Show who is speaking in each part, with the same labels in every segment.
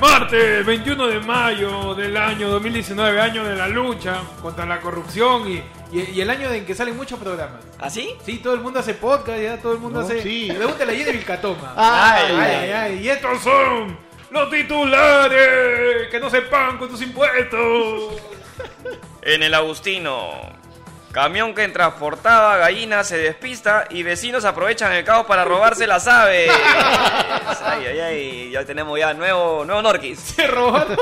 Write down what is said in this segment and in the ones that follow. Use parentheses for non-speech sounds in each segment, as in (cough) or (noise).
Speaker 1: Martes 21 de mayo del año 2019, año de la lucha contra la corrupción y, y- y el año en que salen muchos programas.
Speaker 2: ¿Así?
Speaker 1: ¿Ah, Sí, todo el mundo hace podcast, ya todo el mundo
Speaker 3: No,
Speaker 1: hace.
Speaker 3: sí.
Speaker 1: Pregúntale a Jenny Vilcatoma.
Speaker 3: Ay,
Speaker 1: ay, ay, ay. Y estos son los titulares que no se pagan con tus impuestos.
Speaker 2: En el Agustino. Camión que transportaba gallinas se despista y vecinos aprovechan el caos para robarse
Speaker 1: (laughs)
Speaker 2: las aves. Ay, ay, ay. Ya tenemos ya nuevo, nuevo
Speaker 1: (laughs)
Speaker 2: Norquis.
Speaker 1: Se robaron,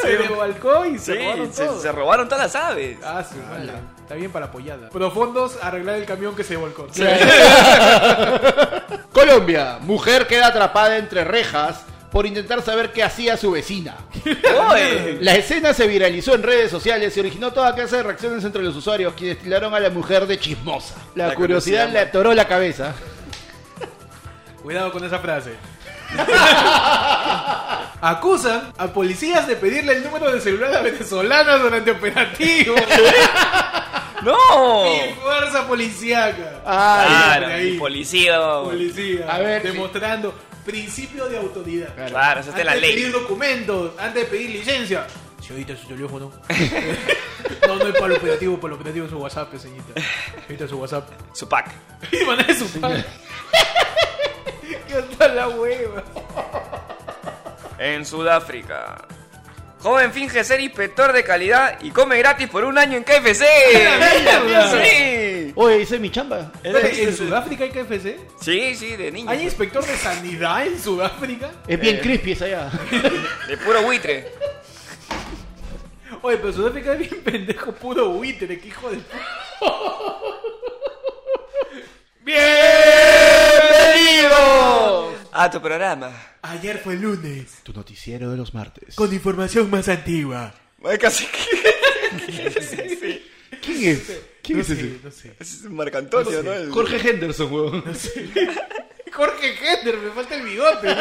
Speaker 1: se desbalcó y se
Speaker 2: Sí,
Speaker 1: robaron
Speaker 2: se,
Speaker 1: todo.
Speaker 2: se robaron todas las
Speaker 1: (laughs)
Speaker 2: aves.
Speaker 1: Ah, su madre. Está bien para apoyada. Profundos, arreglar el camión que se volcó. (laughs)
Speaker 3: Colombia, mujer queda atrapada entre rejas por intentar saber qué hacía su vecina.
Speaker 2: Oye.
Speaker 3: La escena se viralizó en redes sociales y originó toda clase de reacciones entre los usuarios, quienes tiraron a la mujer de chismosa. La,
Speaker 2: La curiosidad,
Speaker 3: curiosidad, le atoró la cabeza.
Speaker 1: Cuidado con esa frase. (laughs) Acusan a policías de pedirle el número de celular a venezolanas durante
Speaker 2: (laughs)
Speaker 1: operativos.
Speaker 2: ¡No!
Speaker 1: Y fuerza policíaca.
Speaker 2: Ah.
Speaker 3: Ay,
Speaker 2: Claro,
Speaker 1: hombre,
Speaker 2: y policía.
Speaker 1: Policía.
Speaker 3: A ver,
Speaker 1: demostrando principio de autoridad.
Speaker 2: Claro, esa
Speaker 1: Antes
Speaker 2: es de la
Speaker 1: de pedir
Speaker 2: ley.
Speaker 1: documentos, antes de pedir licencia. Señorita, su
Speaker 2: (laughs)
Speaker 1: teléfono. no, no es para el operativo, para el operativo es su WhatsApp, señorita. Señorita, su WhatsApp. (laughs)
Speaker 2: Su pack.
Speaker 1: Y mandé su padre. (laughs) ¿Qué onda la hueva?
Speaker 2: En Sudáfrica. Joven finge ser inspector de calidad y come gratis por un año
Speaker 1: (laughs)
Speaker 2: en KFC.
Speaker 1: mierda!
Speaker 2: sí.
Speaker 3: Oye, hice mi chamba.
Speaker 1: Espérate, ¿En Sudáfrica hay KFC?
Speaker 2: Sí, sí, de niño.
Speaker 1: ¿Hay inspector de sanidad en Sudáfrica?
Speaker 3: Es bien
Speaker 2: Eh.
Speaker 3: crispy esa ya.
Speaker 2: De puro buitre.
Speaker 1: Oye, pero Sudáfrica es bien pendejo, puro buitre, que hijo de puta.
Speaker 2: ¡Bienvenido! A tu programa.
Speaker 1: Ayer fue lunes,
Speaker 3: Tu noticiero de los martes.
Speaker 1: con información más antigua.
Speaker 2: Ay, casi que-
Speaker 3: ¿Quién es? ¿Quién
Speaker 1: No
Speaker 3: es
Speaker 1: sé,
Speaker 3: ese?
Speaker 1: no sé.
Speaker 2: Es Marcantonio, ¿no? El-
Speaker 3: Jorge Henderson, huevón.
Speaker 1: (laughs) Jorge Henderson, me falta el bigote. (laughs)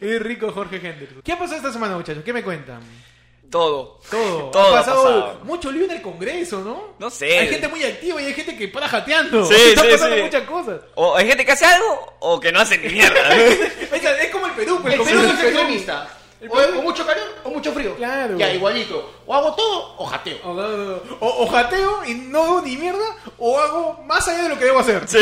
Speaker 1: Es rico Jorge Henderson. ¿Qué ha pasado esta semana, muchachos? ¿Qué me cuentan?
Speaker 2: Todo.
Speaker 1: Todo.
Speaker 2: (laughs) Todo
Speaker 1: ha
Speaker 2: ha
Speaker 1: pasado,
Speaker 2: pasado.
Speaker 1: mucho lío en el Congreso, ¿no?
Speaker 2: No sé.
Speaker 1: Hay gente muy activa y hay gente que para jateando. (laughs)
Speaker 2: Sí,
Speaker 1: Están
Speaker 2: sí,
Speaker 1: pasando
Speaker 2: sí.
Speaker 1: muchas cosas.
Speaker 2: O hay gente que hace algo o que no hace ni (laughs) mierda.
Speaker 1: Es, es como el Perú, pues,
Speaker 3: El
Speaker 1: como
Speaker 3: Perú
Speaker 1: el
Speaker 3: es
Speaker 1: Perú.
Speaker 3: extremista.
Speaker 1: El
Speaker 3: O,
Speaker 1: Perú-
Speaker 3: o mucho calor o mucho frío.
Speaker 1: Claro.
Speaker 3: Ya, igualito. O hago todo o jateo.
Speaker 1: O, o- o jateo y no hago ni mierda, o hago más allá de lo que debo hacer.
Speaker 2: Sí.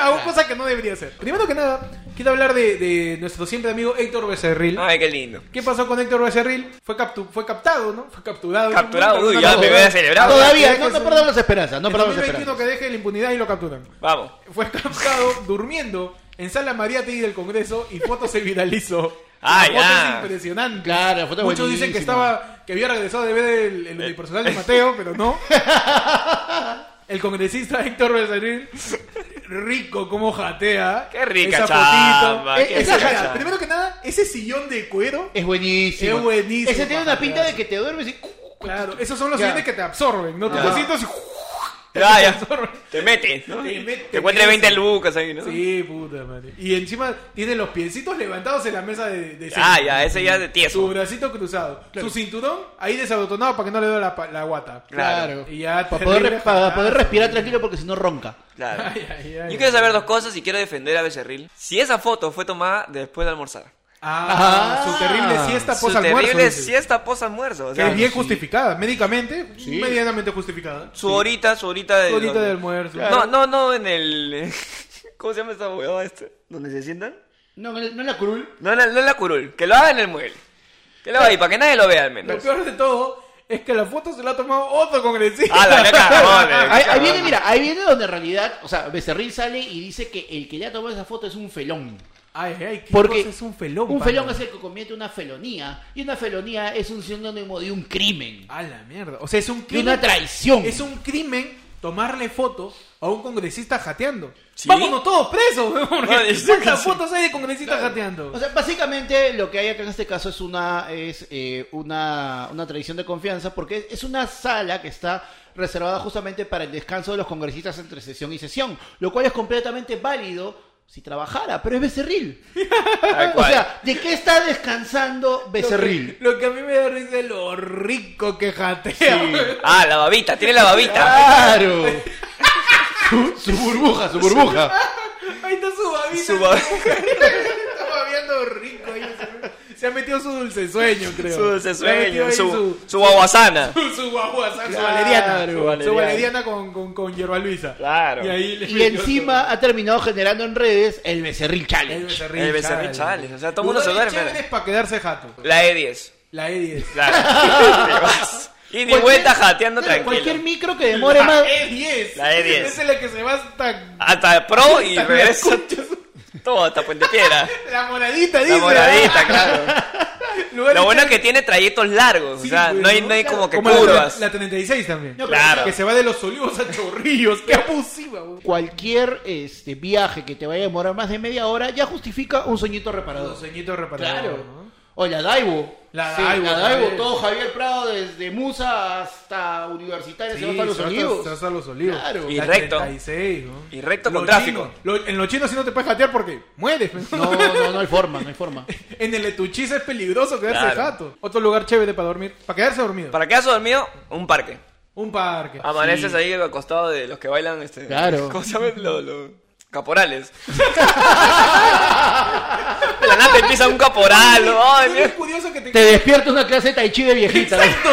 Speaker 1: hago cosas que no (laughs) debería hacer. Primero que nada, quiero hablar de, de nuestro siempre amigo Héctor Becerril.
Speaker 2: Ay, qué lindo.
Speaker 1: ¿Qué pasó con Héctor Becerril? Fue, captu- fue captado, ¿no? Fue capturado.
Speaker 2: Capturado,
Speaker 1: Nunca-
Speaker 2: uy,
Speaker 1: no,
Speaker 2: ya
Speaker 1: no,
Speaker 2: me
Speaker 1: no.
Speaker 2: voy a celebrar.
Speaker 3: Todavía,
Speaker 1: Ah, ya,
Speaker 3: no,
Speaker 1: ya,
Speaker 3: no
Speaker 1: ya.
Speaker 3: perdamos las esperanzas. No
Speaker 1: En
Speaker 3: perdamos las
Speaker 1: 2021
Speaker 3: esperanzas.
Speaker 1: que deje la impunidad y lo capturan.
Speaker 2: Vamos.
Speaker 1: Fue
Speaker 2: (laughs)
Speaker 1: captado durmiendo en Sala Mariategui del Congreso y foto se viralizó.
Speaker 2: Ah,
Speaker 1: La foto
Speaker 2: ya.
Speaker 1: es impresionante.
Speaker 3: Claro, la foto es
Speaker 1: Muchos dicen que
Speaker 3: buenísima.
Speaker 1: estaba que había regresado de ver el,
Speaker 2: Eh.
Speaker 1: el unipersonal de Mateo, pero
Speaker 2: (laughs)
Speaker 1: no. El congresista Héctor Becerril, rico como jatea.
Speaker 2: Qué rica
Speaker 1: esa fotito.
Speaker 2: chamba, qué
Speaker 1: Eh, esa
Speaker 2: rica
Speaker 1: jala-
Speaker 2: chamba.
Speaker 1: primero que nada, ese sillón de cuero.
Speaker 3: Es buenísimo.
Speaker 1: Es buenísimo,
Speaker 3: Ese tiene una
Speaker 1: papá,
Speaker 3: pinta de que te duermes y. uh,
Speaker 1: Claro, esos son los
Speaker 3: Ya.
Speaker 1: sillones que te absorben, ¿no? Tus
Speaker 3: Ya.
Speaker 1: besitos y...
Speaker 2: Ya, ya. Te mete. ¿no?
Speaker 1: Te mete,
Speaker 2: Te encuentres
Speaker 1: te
Speaker 2: 20
Speaker 1: mete.
Speaker 2: lucas ahí, ¿no?
Speaker 1: Sí, puta madre. Y encima tiene los piecitos levantados en la mesa de... de
Speaker 2: Ah,
Speaker 1: centro.
Speaker 2: ya, ese ya es de
Speaker 1: Su
Speaker 2: tieso.
Speaker 1: bracito cruzado. Su cinturón ahí desabotonado para que no le duele la, pa- la guata.
Speaker 3: Claro.
Speaker 1: Y ya,
Speaker 3: para,
Speaker 1: terrible
Speaker 3: poder, re- para
Speaker 1: jatazo.
Speaker 3: poder respirar tranquilo porque si no ronca.
Speaker 2: Claro.
Speaker 1: Ay, ay, ay.
Speaker 2: Yo quiero saber dos cosas y quiero defender a Becerril. Si esa foto fue tomada después de almorzar.
Speaker 1: Ah,
Speaker 3: Ah,
Speaker 1: su terrible siesta
Speaker 2: Su
Speaker 1: posa almuerzo.
Speaker 2: terrible
Speaker 1: dice.
Speaker 2: siesta post almuerzo. O
Speaker 1: Que
Speaker 2: sea,
Speaker 1: es bien justificada, médicamente,
Speaker 3: Sí.
Speaker 1: medianamente justificada.
Speaker 2: su horita, su horita de.
Speaker 1: Su horita de almuerzo.
Speaker 2: No, no, no, en el. (laughs) ¿Cómo se llama esta huevada esta? ¿Donde se sientan?
Speaker 3: No, no no la curul.
Speaker 2: No, en la- no en la curul. Que lo haga en el mueble. Que lo haga ahí, para que nadie lo vea al
Speaker 1: Lo
Speaker 2: menos.
Speaker 1: peor de todo es que la foto se la ha tomado otro congresista.
Speaker 2: Ah, la
Speaker 3: (laughs)
Speaker 2: meca,
Speaker 3: Ahí, ahí viene, mira, ahí viene donde en realidad, o sea, Becerril sale y dice que el que ya tomó esa foto es un felón.
Speaker 1: Ay, ay, qué
Speaker 3: Porque
Speaker 1: cosa es un felón.
Speaker 3: Un
Speaker 1: pana?
Speaker 3: felón es el que comete una felonía. Y una felonía es un sinónimo de un crimen.
Speaker 1: A la mierda. O sea, es un
Speaker 3: Y
Speaker 1: crimen.
Speaker 3: una traición.
Speaker 1: Es un crimen tomarle foto a un congresista jateando.
Speaker 2: ¿Sí?
Speaker 1: Vámonos todos presos, weón, porque
Speaker 2: No, es-
Speaker 1: ¿Cuántas fotos hay de congresistas jateando?
Speaker 3: O sea, básicamente lo que hay acá en este caso es una es eh, una, una tradición de confianza porque es una sala que está reservada justamente para el descanso de los congresistas entre sesión y sesión, lo cual es completamente válido si trabajara, pero es Becerril.
Speaker 2: Tal
Speaker 3: (laughs) O
Speaker 2: cual.
Speaker 3: sea, ¿de qué está descansando Becerril?
Speaker 1: Lo que a mí me da risa es lo rico que jatea. weón.
Speaker 2: Ah, la babita, tiene la babita.
Speaker 3: (laughs) Claro. Su, su burbuja, su burbuja.
Speaker 1: Ahí está su babita.
Speaker 2: Su bab-
Speaker 1: está babeando rico. Ahí, ese weón. Se ha metido su dulce sueño, creo.
Speaker 2: (laughs) Su dulce
Speaker 1: Le ha metido
Speaker 2: sueño,
Speaker 1: ahí
Speaker 2: su, su guaguasana.
Speaker 1: Su, su guaguasa, su
Speaker 2: Claro,
Speaker 1: valeriana.
Speaker 2: su
Speaker 1: Su
Speaker 2: valeriana.
Speaker 1: valeriana, con, con, con hierba Luisa.
Speaker 2: Claro.
Speaker 1: Y, ahí le
Speaker 3: Y
Speaker 1: metió
Speaker 3: encima ha terminado generando en redes el Becerril
Speaker 1: todo. El
Speaker 3: Challenge.
Speaker 1: becerril.
Speaker 2: El becerril
Speaker 1: chale.
Speaker 2: chale. O sea, todo el mundo se
Speaker 1: Lugares
Speaker 2: duerme.
Speaker 1: chéveres para quedarse jato.
Speaker 2: La E E10.
Speaker 1: La E E10.
Speaker 2: Claro. Te vas. E y ni
Speaker 3: Cualquier-
Speaker 2: vuelta jateando
Speaker 3: Claro, Cualquier
Speaker 2: tranquilo.
Speaker 3: micro que demore más.
Speaker 1: La E10.
Speaker 2: La E E10.
Speaker 1: Esa es la que se va hasta
Speaker 2: Hasta pro y
Speaker 1: Hasta
Speaker 2: regresa.
Speaker 1: la
Speaker 2: Todo hasta Puente Piedra.
Speaker 1: la moradita, dice.
Speaker 2: La moradita, claro.
Speaker 1: Lugares
Speaker 2: Lo bueno es que
Speaker 1: chéveres.
Speaker 2: tiene trayectos largos.
Speaker 1: Sí,
Speaker 2: o sea,
Speaker 1: pues,
Speaker 2: no hay, no hay como que
Speaker 1: la-
Speaker 2: curvas.
Speaker 1: La, 36 también.
Speaker 3: No, pero
Speaker 2: Claro.
Speaker 1: Que se va de los olivos a chorrillos. Qué abusiva, güey.
Speaker 3: Cualquier este, viaje que te vaya a demorar más de media hora ya justifica un sueñito reparador.
Speaker 1: Los sueñitos reparados.
Speaker 3: Claro.
Speaker 1: ¿no?
Speaker 3: O la Daibo.
Speaker 1: La
Speaker 3: Sí,
Speaker 1: Daibo
Speaker 3: la
Speaker 1: también.
Speaker 3: todo Javier Prado, desde Musa hasta Universitaria, se va hasta Los
Speaker 1: se va hasta-
Speaker 3: Olivos.
Speaker 1: se va hasta los olivos.
Speaker 3: Claro.
Speaker 2: Y
Speaker 1: La
Speaker 2: recto.
Speaker 1: 36, ¿no?
Speaker 2: Y recto
Speaker 1: Los
Speaker 2: con tráfico.
Speaker 1: chinos. Lo- en los chinos sí no te puedes jatear porque mueres. pe.
Speaker 3: No, no, no hay forma, no hay forma.
Speaker 1: (laughs) En el etuchiza es peligroso quedarse
Speaker 2: Claro.
Speaker 1: jato. Otro lugar chévere para dormir. Para quedarse dormido.
Speaker 2: Para Ah, quedarse dormido, un parque.
Speaker 1: Un parque.
Speaker 2: Amaneces ahí acostado de los que bailan este.
Speaker 3: Claro.
Speaker 2: (laughs) ¿Cómo se llaman los, los
Speaker 1: (laughs)
Speaker 2: caporales? De la nada te empieza un caporal. ¿no? Ay,
Speaker 1: Lo
Speaker 2: mira.
Speaker 1: más curioso que te,
Speaker 3: Te despierta una clase de tai chi de viejita.
Speaker 1: Exacto.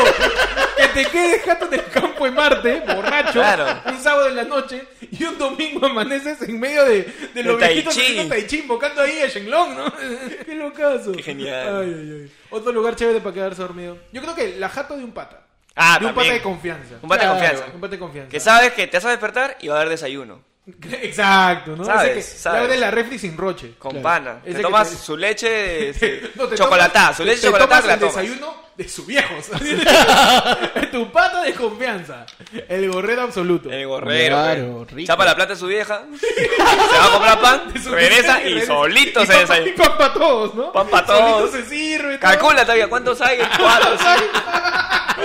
Speaker 1: que te quedes jato en el campo de Marte, borracho,
Speaker 2: Claro.
Speaker 1: un sábado en la noche y un domingo amaneces en medio de, de los
Speaker 2: De tai
Speaker 1: viejitos
Speaker 2: chi.
Speaker 1: haciendo tai chi, invocando ahí a Shenlong, ¿no? (laughs) Qué locazo.
Speaker 2: Qué genial.
Speaker 1: Ay, ay, ay. Otro lugar chévere para quedarse dormido. Yo creo que la jato de un pata.
Speaker 2: Ah,
Speaker 1: de un
Speaker 2: también.
Speaker 1: pata de confianza.
Speaker 2: Un pata de
Speaker 1: Claro,
Speaker 2: confianza.
Speaker 1: Un pata de confianza.
Speaker 2: Que sabes que te vas a despertar y va a haber desayuno.
Speaker 1: (laughs) Exacto, ¿no?
Speaker 2: Sabes,
Speaker 1: Ese que
Speaker 2: sabes.
Speaker 1: le abre la refri sin roche.
Speaker 2: Con
Speaker 3: Claro.
Speaker 2: pana.
Speaker 1: Ese
Speaker 2: Te
Speaker 1: que
Speaker 2: tomas
Speaker 1: te-
Speaker 2: su leche este,
Speaker 1: (laughs) No, te
Speaker 2: chocolatada.
Speaker 1: tomas-
Speaker 2: Su leche
Speaker 1: te
Speaker 2: chocolatada te la
Speaker 1: tomas el
Speaker 2: tomas.
Speaker 1: desayuno de sus viejos. (laughs) tu pata de confianza. El gorrero absoluto. (laughs)
Speaker 2: El gorrero.
Speaker 3: Claro,
Speaker 2: güey.
Speaker 3: rico.
Speaker 2: Chapa la plata de su vieja. se va a comprar
Speaker 1: (laughs)
Speaker 2: pan.
Speaker 1: De su-
Speaker 2: Regresa y solito se
Speaker 1: pan-
Speaker 2: desayuna.
Speaker 1: Y pan para todos, ¿no?
Speaker 2: Pan pa' todos.
Speaker 1: Solito se sirve. todo.
Speaker 2: Calcula todavía cuántos hay. Cuatro, cinco.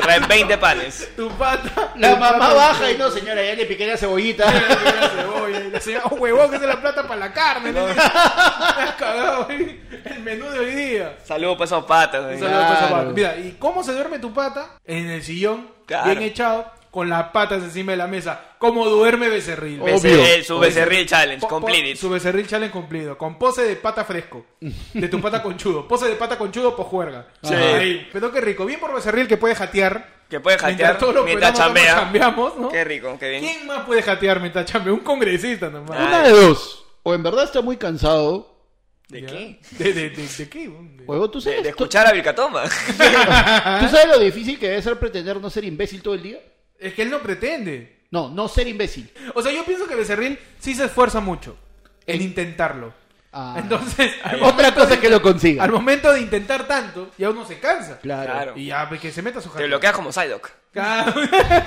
Speaker 2: Traen 20 panes.
Speaker 1: Tu pata.
Speaker 3: La
Speaker 1: tu
Speaker 3: mamá
Speaker 1: pata-
Speaker 3: baja y no, señora, ya le piqué la cebollita.
Speaker 1: (laughs) La cebolla, y La señora, oh, huevón, que es la plata para la carne. ¿no? Me (laughs) has cagado, güey. El menú de hoy día.
Speaker 2: Saludos para esos patas.
Speaker 1: Un
Speaker 2: güey.
Speaker 1: saludo para esa
Speaker 3: Claro.
Speaker 1: pata. Mira, ¿y cómo se duerme tu pata? En el sillón,
Speaker 2: Claro.
Speaker 1: bien echado, con las patas encima de la mesa. ¿Cómo duerme Becerril?
Speaker 3: Obvio.
Speaker 2: Becerril, su
Speaker 1: Obvio.
Speaker 2: becerril challenge,
Speaker 1: Po- po-
Speaker 2: complete.
Speaker 1: Su becerril challenge cumplido. Con pose de pata fresco. De tu pata conchudo. Pose de pata conchudo, pues juerga.
Speaker 2: Sí.
Speaker 1: Ahí. Pero qué rico. Bien por becerril que puede jatear.
Speaker 2: Que puede jatear
Speaker 1: todos los
Speaker 2: mientras
Speaker 1: peruanos
Speaker 2: chambea.
Speaker 1: ambos chambeamos, ¿no?
Speaker 2: Qué rico, qué bien.
Speaker 1: ¿Quién más puede jatear mientras chambea? Un congresista nomás.
Speaker 2: Ah,
Speaker 3: Una de dos. O en verdad está muy cansado.
Speaker 2: ¿De
Speaker 1: ¿Ya?
Speaker 2: qué?
Speaker 1: ¿De, de, de- de qué? De-
Speaker 3: Huevo, tú
Speaker 2: De,
Speaker 3: sabes.
Speaker 2: de
Speaker 3: tú-
Speaker 2: escuchar
Speaker 1: (laughs)
Speaker 2: a Vilcatoma.
Speaker 3: ¿Tú sabes lo difícil que debe ser pretender no ser imbécil todo el día?
Speaker 1: Es que él no pretende.
Speaker 3: No, no ser imbécil.
Speaker 1: O sea, yo pienso que Becerril sí se esfuerza mucho en intentarlo.
Speaker 3: Ah.
Speaker 1: Entonces, (laughs) al
Speaker 3: Otra
Speaker 1: momento
Speaker 3: cosa
Speaker 1: de-
Speaker 3: que lo consiga.
Speaker 1: Al momento de intentar tanto, ya uno se cansa. (laughs)
Speaker 2: Claro.
Speaker 1: Y ya, pues, que se meta su
Speaker 2: Te
Speaker 1: jardín.
Speaker 2: bloqueas como Psyduck.
Speaker 1: Claro.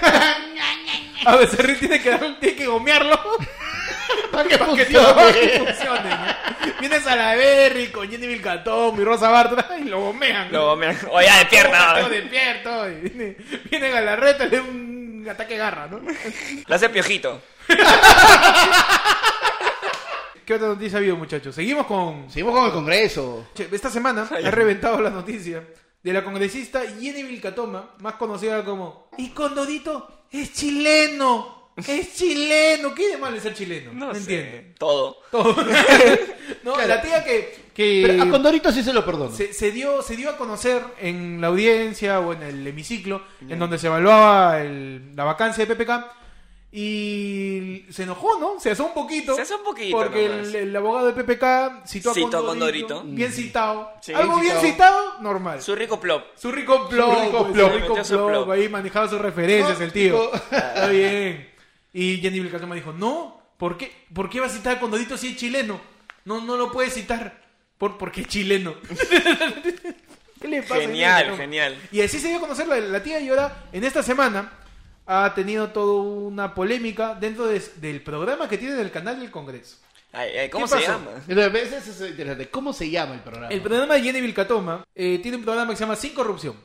Speaker 1: (laughs) A Becerril tiene que, dar- tiene que (laughs) gomearlo
Speaker 3: Para que
Speaker 1: que todo
Speaker 3: funcione.
Speaker 1: funcione. ¿no? Vienes a la Berry con Jenny Vilcatón y Rosa Bartra y lo ¿eh? gomean. ¿no?
Speaker 2: Luego, mira, oye, ya
Speaker 1: Todo
Speaker 2: despierta.
Speaker 1: despierto. y viene- Vienen a la reta, le da un ataque de garra, ¿no?
Speaker 2: Lo hace piojito.
Speaker 1: ¿Qué otra noticia ha habido, muchachos? Seguimos con...
Speaker 3: Seguimos con el Congreso.
Speaker 1: Che, Esta semana ha reventado la noticia de la congresista Jenny Vilcatoma, más conocida como Y Condorito es chileno, es chileno. ¿Qué de malo es ser chileno? No,
Speaker 2: sé.
Speaker 1: entiendo.
Speaker 2: Todo.
Speaker 1: Todo. no, la tía que, que
Speaker 3: Pero a Condorito sí se lo perdono.
Speaker 1: se, se dio, se dio a conocer en la audiencia o en el hemiciclo, en donde se evaluaba el- la vacancia de PPK. Y se enojó, ¿no? Se asó un poquito.
Speaker 2: Se asó un poquito
Speaker 1: Porque
Speaker 2: nomás.
Speaker 1: el, el abogado de PPK citó a
Speaker 2: Citó a
Speaker 1: Condorito.
Speaker 2: Condorito.
Speaker 1: Bien citado.
Speaker 2: Sí,
Speaker 1: Algo
Speaker 3: Mm. bien
Speaker 1: bien citado, normal.
Speaker 2: Su rico plop.
Speaker 1: Su rico plop,
Speaker 3: Su rico
Speaker 1: pues,
Speaker 3: plop.
Speaker 1: su rico
Speaker 2: Metió su
Speaker 1: plop,
Speaker 2: plop.
Speaker 1: ahí manejaba sus referencias
Speaker 3: No,
Speaker 1: el tío.
Speaker 3: dijo-
Speaker 1: Está bien. Y Jenny Vilcatoma dijo, no, ¿por qué, ¿por qué va a citar a Condorito si es chileno? No, no lo puede citar, por, porque es chileno. (laughs) ¿Qué le pasa?
Speaker 2: Genial,
Speaker 1: Jenny Vilcatoma?
Speaker 2: genial.
Speaker 1: Y así se dio a conocer la, la tía y ahora, en esta semana, ha tenido toda una polémica dentro de- del programa que tiene del canal del Congreso.
Speaker 2: Ay, ay, ¿Cómo
Speaker 1: ¿Qué
Speaker 2: se
Speaker 1: pasó?
Speaker 2: llama?
Speaker 3: Entonces, ves, eso es interesante. ¿Cómo se llama el programa?
Speaker 1: El programa de Jenny Vilcatoma eh, tiene un programa que se llama Sin Corrupción.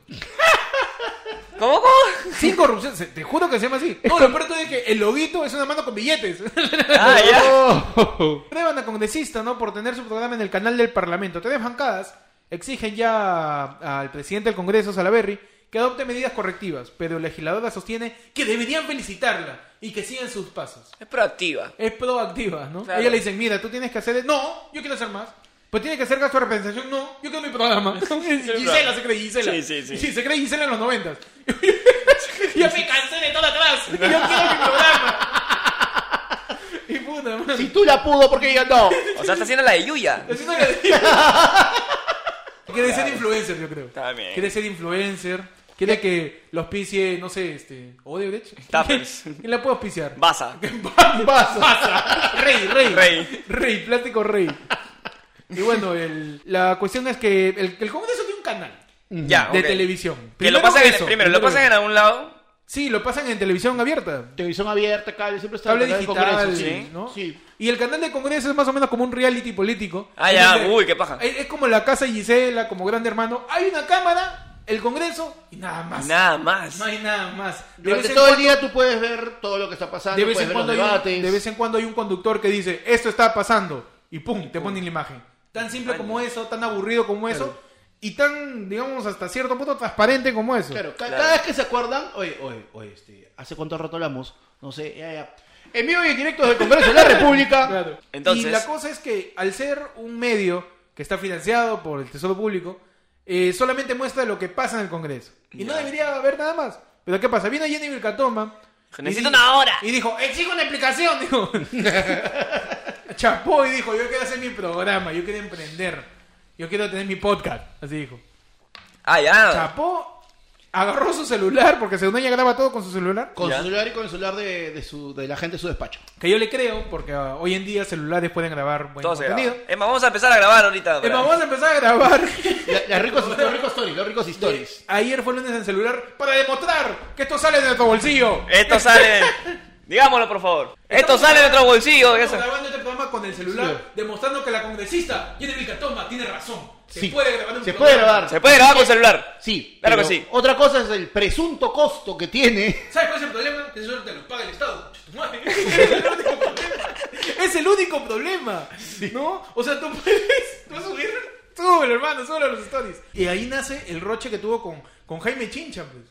Speaker 2: ¿Cómo, cómo?
Speaker 1: Sin corrupción, se- te juro que se llama así. No, lo peor es que el loguito es una mano con billetes. (laughs)
Speaker 2: Ah, ya.
Speaker 3: Oh.
Speaker 1: Prueban a congresista, ¿no? Por tener su programa en el canal del Parlamento. Tres bancadas exigen ya a- al presidente del Congreso, Salaberry, que adopte medidas correctivas, pero la legisladora sostiene que deberían felicitarla y que sigan sus pasos.
Speaker 2: Es proactiva.
Speaker 1: Es proactiva, ¿no?
Speaker 2: Claro.
Speaker 1: Ella le dicen, mira, tú tienes que hacer... e-". No, yo quiero hacer más. Pues tiene que ser gasto de representación. No, yo creo mi
Speaker 2: (laughs)
Speaker 1: programa. Gisela se cree Gisela.
Speaker 2: Sí, sí, sí.
Speaker 1: se cree Gisela en los noventas. (laughs) yo me cansé de todo atrás. Yo quiero mi programa. y puta, man.
Speaker 3: Si tú la pudo, porque yo no?
Speaker 2: O sea, está haciendo la de Yuya.
Speaker 1: Es una que- (laughs) Quiere ser influencer, yo creo.
Speaker 2: También.
Speaker 1: Quiere ser influencer. Quiere que los auspicie, no sé, este.
Speaker 2: (laughs)
Speaker 1: Odebrecht. (laughs)
Speaker 2: Tappers.
Speaker 1: ¿Quién la puede auspiciar?
Speaker 2: Baza.
Speaker 1: (laughs) Pasa. Rey, rey.
Speaker 2: Rey.
Speaker 1: Rey, plástico rey. Y bueno, el- la cuestión es que el, el Congreso tiene un canal
Speaker 2: Ya,
Speaker 1: de
Speaker 2: Ah, ok.
Speaker 1: televisión.
Speaker 2: Que lo
Speaker 1: Primero
Speaker 2: pasan en,
Speaker 1: eso,
Speaker 2: primero, lo pasan en
Speaker 1: eso.
Speaker 2: algún lado.
Speaker 1: Sí, lo pasan en televisión abierta.
Speaker 3: Televisión abierta, cable, siempre está
Speaker 1: Cable
Speaker 3: en el
Speaker 1: digital, ¿eh?
Speaker 3: Congreso,
Speaker 2: sí.
Speaker 1: ¿no?
Speaker 3: Sí.
Speaker 1: Y el canal de Congreso es más o menos como un reality político.
Speaker 2: Ah,
Speaker 1: En
Speaker 2: ya,
Speaker 1: donde-
Speaker 2: uy, qué paja.
Speaker 1: Es, es como la casa de Gisela, como grande hermano. Hay una cámara, el Congreso y nada más.
Speaker 2: Nada más.
Speaker 1: No hay nada más. De
Speaker 3: Durante
Speaker 1: vez en
Speaker 3: todo el
Speaker 1: cuando-
Speaker 3: día tú puedes ver todo lo que está pasando,
Speaker 1: de vez,
Speaker 3: puedes
Speaker 1: en
Speaker 3: ver
Speaker 1: cuando
Speaker 3: los
Speaker 1: hay un-
Speaker 3: debates.
Speaker 1: de vez en cuando hay un conductor que dice, esto está pasando, y pum, te ponen la imagen. Tan simple como eso, tan aburrido como eso, y tan, digamos, hasta cierto punto transparente como eso.
Speaker 3: Claro, ca-
Speaker 2: Claro.
Speaker 3: cada vez que se acuerdan, oye, oye, oye, este, ¿hace cuánto rato hablamos? No sé, ya, ya. En vivo y en directo del Congreso de la (laughs) República.
Speaker 1: Claro.
Speaker 2: Entonces-
Speaker 1: y la cosa es que al ser un medio que está financiado por el Tesoro Público, eh, solamente muestra lo que pasa en el Congreso. Y no
Speaker 2: Ya.
Speaker 1: debería haber nada más. Pero ¿qué pasa? Viene Jenny Vilcatoma. y
Speaker 2: Necesito
Speaker 1: dijo-
Speaker 2: una hora.
Speaker 1: Y dijo, exijo una explicación. Dijo.
Speaker 2: (laughs)
Speaker 1: Chapó y dijo, yo quiero hacer mi programa, yo quiero emprender, yo quiero tener mi podcast. Así dijo.
Speaker 2: Ah, ya.
Speaker 1: Chapó agarró su celular, porque según ella graba todo con su celular.
Speaker 3: Con
Speaker 2: Ya.
Speaker 3: su celular y con el celular de, de su, de la gente de su despacho.
Speaker 1: Que yo le creo, porque ah, hoy en día celulares pueden grabar buen
Speaker 2: Todo se graba.
Speaker 1: pues, contenido.
Speaker 2: Emma, vamos a empezar a grabar ahorita.
Speaker 1: Eh,
Speaker 2: para-
Speaker 1: vamos a empezar a grabar.
Speaker 3: La- las ricos, los ricos stories, los ricos stories.
Speaker 1: Ayer fue lunes en celular para demostrar que esto sale de nuestro bolsillo.
Speaker 3: Eh,
Speaker 2: Esto sale. Digámoslo, por favor. Esto sale de nuestro bolsillo.
Speaker 1: Estamos
Speaker 2: eso.
Speaker 1: grabando este programa con el celular, demostrando que la congresista Jenny Vilcatoma tiene razón. Se
Speaker 3: Sí.
Speaker 1: puede grabar un
Speaker 3: Se
Speaker 1: programa.
Speaker 3: puede grabar.
Speaker 2: Se puede grabar con celular.
Speaker 3: Sí.
Speaker 2: Claro
Speaker 3: pero
Speaker 2: que sí.
Speaker 3: Otra cosa es el presunto costo que tiene.
Speaker 1: ¿Sabes cuál es el problema? Que eso te lo paga el Estado. Tu madre. (laughs) Es el único problema. Es el único problema. ¿No? O sea, tú puedes, tú vas a subir. Súbelo, hermano, súbelo a los stories. Y ahí nace el roche que tuvo con, con Jaime Chincha, pues.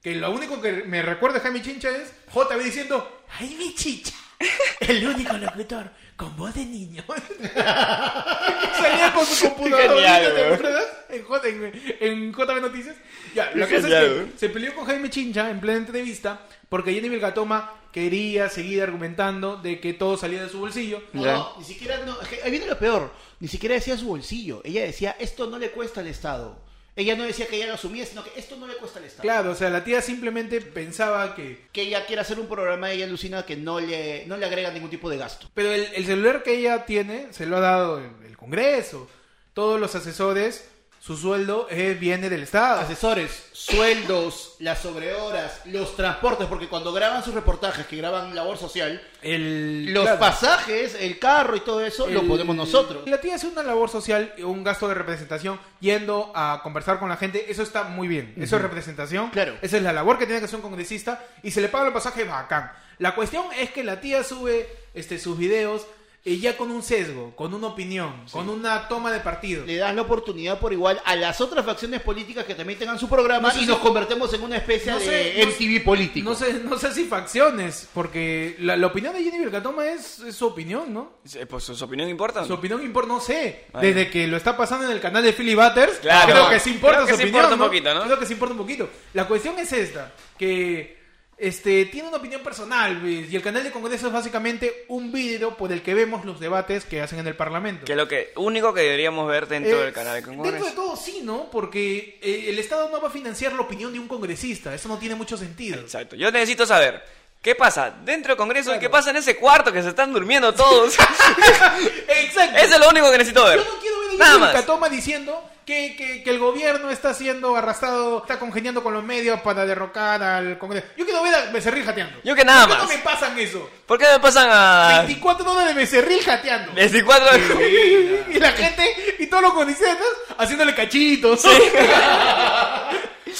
Speaker 1: Que lo único que me recuerda a Jaime Chincha es JB diciendo: Jaime Chicha, el único locutor con voz de (laughs) niño. Salía con su computadora.
Speaker 2: Genial,
Speaker 1: ¿te
Speaker 2: weón.
Speaker 1: acuerdas? En, J- en- en JB Noticias. Ya, la cosa
Speaker 2: Genial,
Speaker 1: es que
Speaker 2: weón.
Speaker 1: se peleó con Jaime Chincha en plena entrevista porque Jenny Vilcatoma quería seguir argumentando de que todo salía de su bolsillo.
Speaker 3: No,
Speaker 2: Ya.
Speaker 3: no, ni siquiera, no, es que ahí viene lo peor. Ni siquiera decía su bolsillo. Ella decía, esto no le cuesta al Estado. Ella no decía que ella lo asumía, sino que esto no le cuesta al Estado.
Speaker 1: Claro, o sea, la tía simplemente pensaba que...
Speaker 3: Que ella quiere hacer un programa, ella alucina que no le, no le agrega ningún tipo de gasto.
Speaker 1: Pero el, el celular que ella tiene se lo ha dado el, el Congreso. Todos los asesores, su sueldo eh, viene del Estado.
Speaker 3: Asesores, sueldos, las sobrehoras, los transportes, porque cuando graban sus reportajes, que graban labor social,
Speaker 1: El,
Speaker 3: los
Speaker 1: claro,
Speaker 3: pasajes, el carro y todo eso, lo
Speaker 1: el-
Speaker 3: ponemos nosotros.
Speaker 1: La tía hace una labor social, un gasto de representación, yendo a conversar con la gente. Eso está muy bien. Eso es representación.
Speaker 3: Claro.
Speaker 1: Esa es la labor que tiene que hacer un congresista. Y se le paga el pasaje bacán. La cuestión es que la tía sube este, sus videos eh, ya con un sesgo, con una opinión, con una toma de partido.
Speaker 3: Le das la oportunidad por igual a las otras facciones políticas que también tengan su programa
Speaker 1: No sé
Speaker 3: y
Speaker 1: si-
Speaker 3: nos convertimos en una especie
Speaker 1: no sé,
Speaker 3: de
Speaker 1: no-
Speaker 3: MTV político.
Speaker 1: No sé, no sé si facciones, porque la, la opinión de Jenny Vilcatoma es, es su opinión, ¿no?
Speaker 2: Eh, Pues sus opiniones importan.
Speaker 1: Su opinión importa, no sé.
Speaker 2: Ah,
Speaker 1: Desde que lo está pasando en el canal de Philly Butters,
Speaker 2: Claro.
Speaker 1: creo que sí importa
Speaker 2: Creo que
Speaker 1: su
Speaker 2: sí
Speaker 1: opinión.
Speaker 2: importa un
Speaker 1: ¿no?
Speaker 2: poquito, ¿no?
Speaker 1: Creo que sí importa un poquito. La cuestión es esta: que este tiene una opinión personal, ¿ves? y el canal de Congreso es básicamente un vídeo por el que vemos los debates que hacen en el Parlamento.
Speaker 2: Que es lo que único que deberíamos ver dentro
Speaker 1: Eh,
Speaker 2: del canal de Congreso.
Speaker 1: Dentro de todo, sí, ¿no? Porque eh, el Estado no va a financiar la opinión de un congresista. Eso no tiene mucho sentido.
Speaker 2: Exacto. Yo necesito saber qué pasa dentro del Congreso y qué pasa en ese cuarto que se están durmiendo
Speaker 1: (laughs)
Speaker 2: todos.
Speaker 1: (laughs) Exacto.
Speaker 2: Eso es lo único que necesito ver.
Speaker 1: Yo no quiero ver a
Speaker 2: Nada
Speaker 1: Jenny
Speaker 2: más.
Speaker 1: Catoma diciendo que, que, que el gobierno está siendo arrastrado, está congeniando con los medios para derrocar al Congreso. Yo quiero ver a Becerril jateando.
Speaker 2: Yo que nada
Speaker 1: ¿Por qué
Speaker 2: más. Ah.
Speaker 1: no me pasan eso?
Speaker 2: ¿Por qué me pasan a
Speaker 1: 24 horas de Becerril jateando.
Speaker 2: 24 de
Speaker 1: (laughs) y la gente y todos los condiciones haciéndole cachitos.
Speaker 3: (laughs)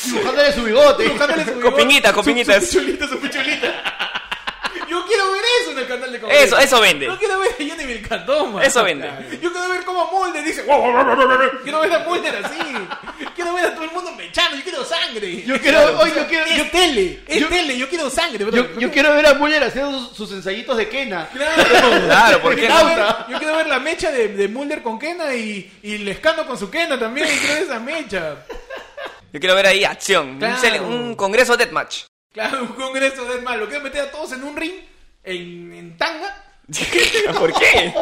Speaker 3: Dibujándole su bigote.
Speaker 1: dibujándole su
Speaker 2: Con piñitas, con
Speaker 1: su- su
Speaker 2: piñitas.
Speaker 1: pichulita, su pichulita. (laughs) Yo quiero ver eso en el canal de Congreso.
Speaker 2: Eso, eso vende.
Speaker 1: No quiero ver a Jenny Vilcatoma.
Speaker 2: Eso vende.
Speaker 1: Yo quiero ver cómo Mulder dice. Quiero ver a Mulder así. Quiero ven a todo el mundo mechando, yo quiero sangre.
Speaker 3: Yo quiero-
Speaker 1: Claro,
Speaker 3: oye, yo quiero-
Speaker 1: Es
Speaker 3: yo-
Speaker 1: tele, es
Speaker 3: yo-
Speaker 1: tele, yo quiero sangre. bro.
Speaker 3: Yo, yo quiero ver a Muller haciendo sus, sus ensayitos de Kena.
Speaker 1: Claro,
Speaker 2: (laughs) Claro, ¿por
Speaker 1: Yo
Speaker 2: qué
Speaker 1: quiero
Speaker 2: no?
Speaker 1: ver- yo quiero ver la mecha de, de Mulder con Kena y, y Lescano con su Kena también. Quiero ver esa mecha.
Speaker 2: Yo quiero ver ahí acción. un
Speaker 1: Claro.
Speaker 2: cele- Un, congreso deathmatch.
Speaker 1: Claro, un congreso de malo. Quiero meter a todos en un ring, en, en tanga.
Speaker 2: (laughs) ¿Por qué?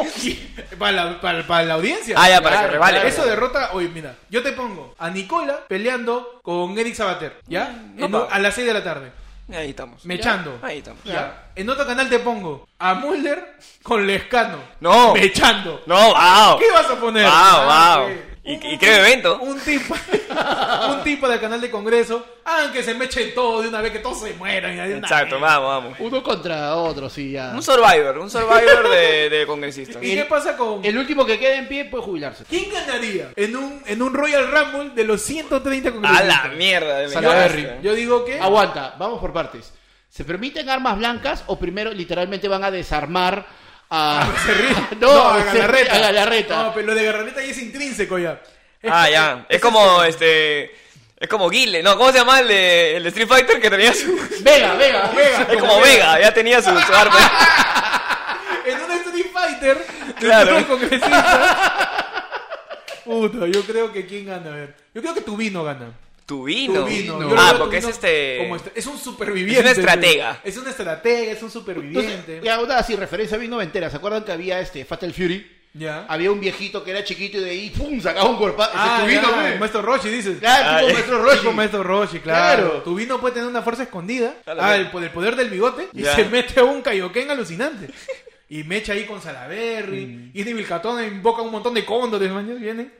Speaker 1: para, la, para, para la audiencia.
Speaker 2: Ah, ya, para que rivalen.
Speaker 1: Eso derrota. Oye, mira, yo te pongo a Nicola peleando con Eric Sabater, ¿ya?
Speaker 2: no
Speaker 1: En un-
Speaker 2: pago.
Speaker 1: a las 6 de la tarde,
Speaker 2: Ahí estamos.
Speaker 1: mechando.
Speaker 2: Mm, Ahí estamos.
Speaker 1: Ya. En otro canal te pongo a Mulder con Lescano. (laughs)
Speaker 2: No.
Speaker 1: Mechando.
Speaker 2: No, wow.
Speaker 1: ¿Qué vas a poner?
Speaker 2: Wow,
Speaker 1: Ah,
Speaker 2: wow.
Speaker 1: sí.
Speaker 2: ¿Y-
Speaker 1: Un-
Speaker 2: y qué evento?
Speaker 1: Un tipo, (laughs) un tipo del canal de Congreso, hagan que se mechen todos de una vez, que todos se mueran. y de una
Speaker 2: Exacto,
Speaker 1: vez.
Speaker 2: vamos, vamos.
Speaker 3: Uno contra otro, sí, ya.
Speaker 2: Un survivor, un survivor de, de congresistas.
Speaker 1: ¿Y qué pasa con
Speaker 3: El último que quede en pie puede jubilarse.
Speaker 1: ¿Quién ganaría en un, en un Royal Rumble de los 130
Speaker 2: A
Speaker 1: congresistas?
Speaker 2: la mierda de
Speaker 3: Salaberry.
Speaker 2: venganza.
Speaker 1: Yo digo que.
Speaker 3: Aguanta, vamos por partes. ¿Se permiten armas blancas o primero literalmente van a desarmar a... (laughs) no,
Speaker 1: a
Speaker 3: se-
Speaker 1: Galarreta.
Speaker 3: a Galarreta.
Speaker 1: No, pero lo de Galarreta ya es intrínseco ya. Es-
Speaker 2: Ah, ya. Es como este. Es como Guile. No, ¿cómo se llama el de, el de Street Fighter que tenía su.
Speaker 1: (laughs)
Speaker 3: Vega, Vega, Vega.
Speaker 2: Es como Vega, ya tenía su, su arma.
Speaker 1: (laughs) En un Street Fighter,
Speaker 2: Claro.
Speaker 1: claro. congresista. (laughs) Puta, yo creo que quién gana, a ver. Yo creo que Tubino gana.
Speaker 2: Tu vino.
Speaker 1: Tubino. Yo
Speaker 2: Ah,
Speaker 1: creo que
Speaker 2: porque es
Speaker 1: Tubino
Speaker 2: este.
Speaker 1: como este- es un superviviente.
Speaker 2: es una estratega.
Speaker 1: Es una estratega, es un superviviente.
Speaker 3: Entonces, y ahora sí, referencia bien noventera. ¿Se acuerdan que había este Fatal Fury?
Speaker 1: ya.
Speaker 3: Había un viejito que era chiquito y de ahí ¡pum! sacaba un cuerpo.
Speaker 1: Ah,
Speaker 3: ese tubino,
Speaker 1: ya,
Speaker 3: pe.
Speaker 1: el Maestro Roshi, dices.
Speaker 3: Claro, tipo
Speaker 2: Ah,
Speaker 3: Maestro
Speaker 1: Roshi.
Speaker 3: Roshi.
Speaker 1: Maestro Roshi, claro.
Speaker 3: Claro.
Speaker 1: Tu vino puede tener una fuerza escondida.
Speaker 2: A la
Speaker 1: Ah,
Speaker 2: vez.
Speaker 1: el, por el poder del bigote. Y
Speaker 2: Ya.
Speaker 1: se mete a un Kaioken (laughs) alucinante. Y mecha ahí con Salaberry. Y este Vilcatón invoca un montón de cóndores, man. Vienen